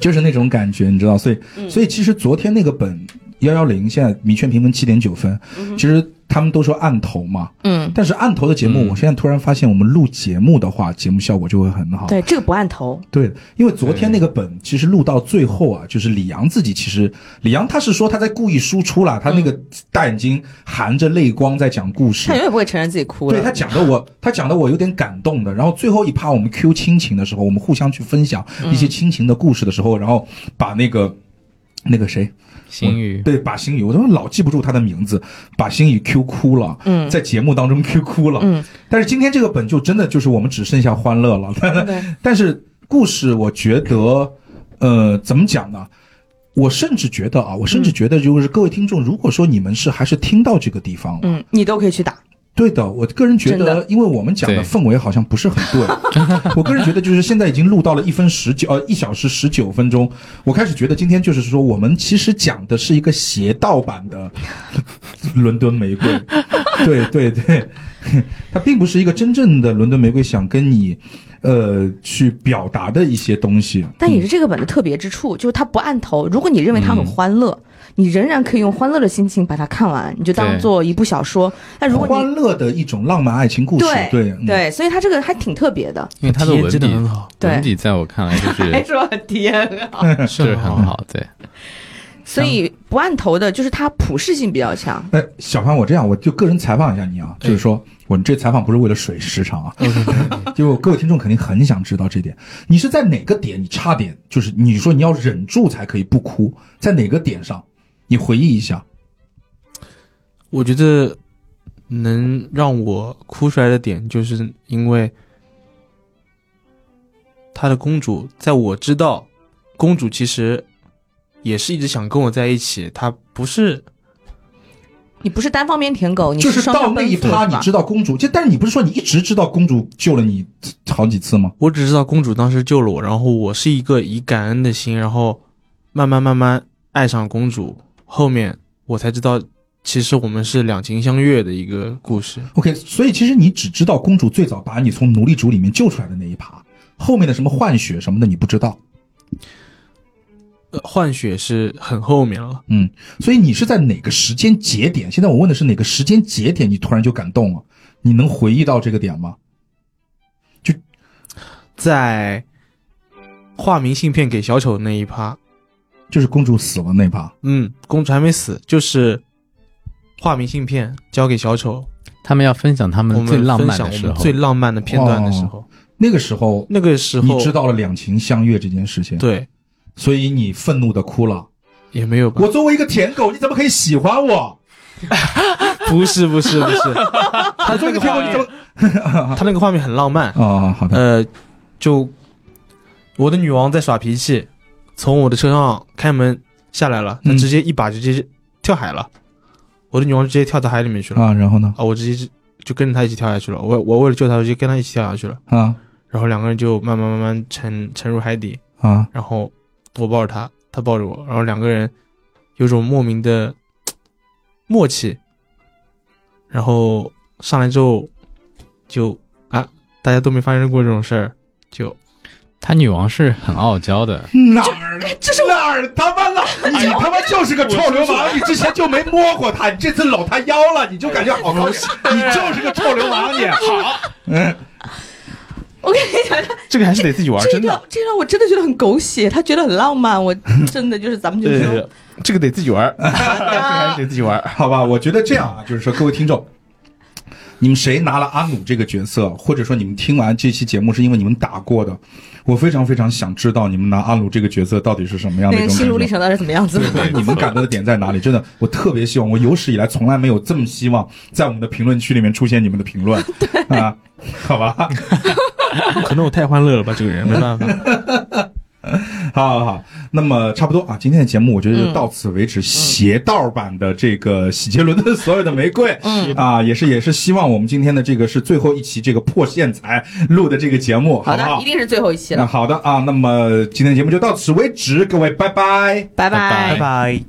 B: 就是那种感觉，你知道，所以、所以其实昨天那个本幺幺零现在米圈评分七点九分，其实他们都说按头嘛，
C: 嗯，
B: 但是按头的节目，
A: 嗯
B: 我现在突然发现，我们录节目的话，节目效果就会很好。
C: (laughs) 对，这个不按头。
B: 对，因为昨天那个本其实录到最后啊，就是李阳自己其实，李阳他是说他在故意输出啦，他那个大眼睛含着泪光在讲故事
C: 他，永远不会承认自己哭
B: 对他
C: 了。
B: 讲的我，他讲的我有点感动的。然后最后一趴我们 Q 亲情的时候，我们互相去分享
C: 嗯
B: 一些亲情的故事的时候，然后把那个那个谁，
A: 星宇，
B: 对，把星宇，我都老记不住他的名字，把星宇 Q 哭了，
C: 嗯
B: 在节目当中 Q 哭了。
C: 嗯，
B: 但是今天这个本就真的就是我们只剩下欢乐了，但 (laughs)
C: (laughs) 对
B: 但是故事我觉得，呃，怎么讲呢？我甚至觉得啊，我甚至觉得，就是各位听众，如果说你们是还是听到这个地方了，
C: 嗯，你都可以去打，
B: 对的，我个人觉
C: 真
B: 得
C: 的，
B: 因为我们讲的
A: 对
B: 氛围好像不是很对。我个人觉得，就是现在已经录到了一分十九，呃，一小时十九分钟。我开始觉得今天就是说，我们其实讲的是一个邪道版的伦敦玫瑰。对对对， (laughs) 它并不是一个真正的伦敦玫瑰想跟你，呃，去表达的一些东西。
C: 但也是这个本的特别之处，就是它不按头。如果你认为它很欢乐，你仍然可以用欢乐的心情把它看完，你就当
A: 对
C: 做一部小说。但如果
B: 嗯欢
C: 你
B: 乐的一种浪漫爱情故事，
C: 对
B: 对嗯
C: 对，所以它这个还挺特别的。
A: 因为他的
D: 体验
A: 文
D: 真的
A: 笔
D: 很好，哎
C: 对
A: 文笔在我看来就
C: 还
A: 是
C: 说很甜啊，
A: 是很好，对，
C: 所以不按头的，就是它普适性比较强。
B: 哎，小潘，我这样，我就个人采访一下你啊，就是说我这采访不是为了水时长啊， (laughs) 就各位听众肯定很想知道这点，你是在哪个点你差点就是你说你要忍住才可以不哭，在哪个点上？你回忆一下，
D: 我觉得能让我哭出来的点，就是因为他的公主，在我知道公主其实也是一直想跟我在一起，她不是
C: 你不是单方面舔狗，你
B: 就是
C: 双
B: 到
C: 向
B: 那
C: 奔
B: 一
C: 赴
B: 趴
C: 是
B: 你
C: 吧
B: 知道公主，这但是你不是说你一直知道公主救了你好几次吗？
D: 我只知道公主当时救了我，然后我是一个以感恩的心，然后慢慢慢慢爱上公主，后面我才知道，其实我们是两情相悦的一个故事。
B: OK，所以其实你只知道公主最早把你从奴隶主里面救出来的那一趴，后面的什么换血什么的你不知道。
D: 呃，换血是很后面了，
B: 嗯，所以你是在哪个时间节点？现在我问的是哪个时间节点，你突然就感动了？你能回忆到这个点吗？
D: 在画明信片给小丑的那一趴，
B: 就是公主死了那把，
D: 嗯，公主还没死，就是画明信片交给小丑，
A: 他们要分享他
D: 我
A: 们
D: 们
A: 嗯最浪
D: 分
A: 漫
D: 享
A: 的
D: 我
A: 时
D: 们
A: 候
D: 最，浪漫的片段的时候，
B: 那个时候
D: 那个时候
B: 你知道了两情相悦这件事情，，
D: 对，
B: 所以你愤怒的哭了。
D: 也没有吧？ (laughs)
B: 我作为一个舔狗，你怎么可以喜欢我？
D: 不是不是不是，
B: 我
D: 他
B: 作为一
D: 那
B: 个
D: 个
B: 舔狗，
D: 画
B: 你怎
D: 面
B: 么，？
D: 他那个画面很浪漫，
B: 啊、好的，
D: 呃，就我的女王在耍脾气，从我的车上开门下来了，她
B: 嗯
D: 直接一把直接跳海了，我的女王直接跳到海里面去了
B: 啊，然后呢？
D: 啊！我直接就跟着她一起跳下去了，我我为了救她，我就跟她一起跳下去了，
B: 啊
D: 然后两个人就慢慢慢慢沉沉入海底，
B: 啊，
D: 然后我抱着她，她抱着我，然后两个人有种莫名的呃默契，然后上来之后就啊，大家都没发生过这种事儿，就。
A: 他女王是很傲娇的，
B: 哪儿？这是哎哪儿他妈了？你他妈就是个臭流氓！你之前就没摸过他，你这次搂他腰了，你就感觉好高兴。你就是个臭流氓，你好。嗯，
C: 我跟你讲，他
D: 这个还是得自己玩，
C: 这一
D: 真
C: 段
D: 的。
C: 这一段我真的觉得很狗血，他觉得很浪漫，我真的就是咱们就是说，
D: 这个得自己玩， (laughs) 这个还是得自己玩。
B: 好吧，我觉得这样啊，就是说各位听众，你们谁拿了阿努这个角色，或者说你们听完这期节目是因为你们打过的，我非常非常想知道你们拿阿努这个角色到底是什么样的
C: 那
B: 一
C: 个
B: 种
C: 心路历
B: 感受。
C: 程到底是什么样子？
B: 对你们感动的点在哪里？真的，我特别希望，我有史以来从来没有这么希望在我们的评论区里面出现你们的评
D: (laughs)
B: 论啊，好吧？
D: (laughs) 可能我太欢乐了吧，这个人没办法。
B: (laughs) 好好好，那么差不多啊，今天的节目我觉得就到此为止。邪道版的这个喜结伦敦所有的玫瑰，嗯啊，也是也是希望我们今天的这个是最后一期这个破线材录的这个节目，好
C: 好
B: 不
C: 的，
B: 好
C: 一？定是最后一期
B: 那
C: 了，
B: 好的啊，那么今天的节目就到此为止，各位拜拜。
C: 拜拜
D: 拜。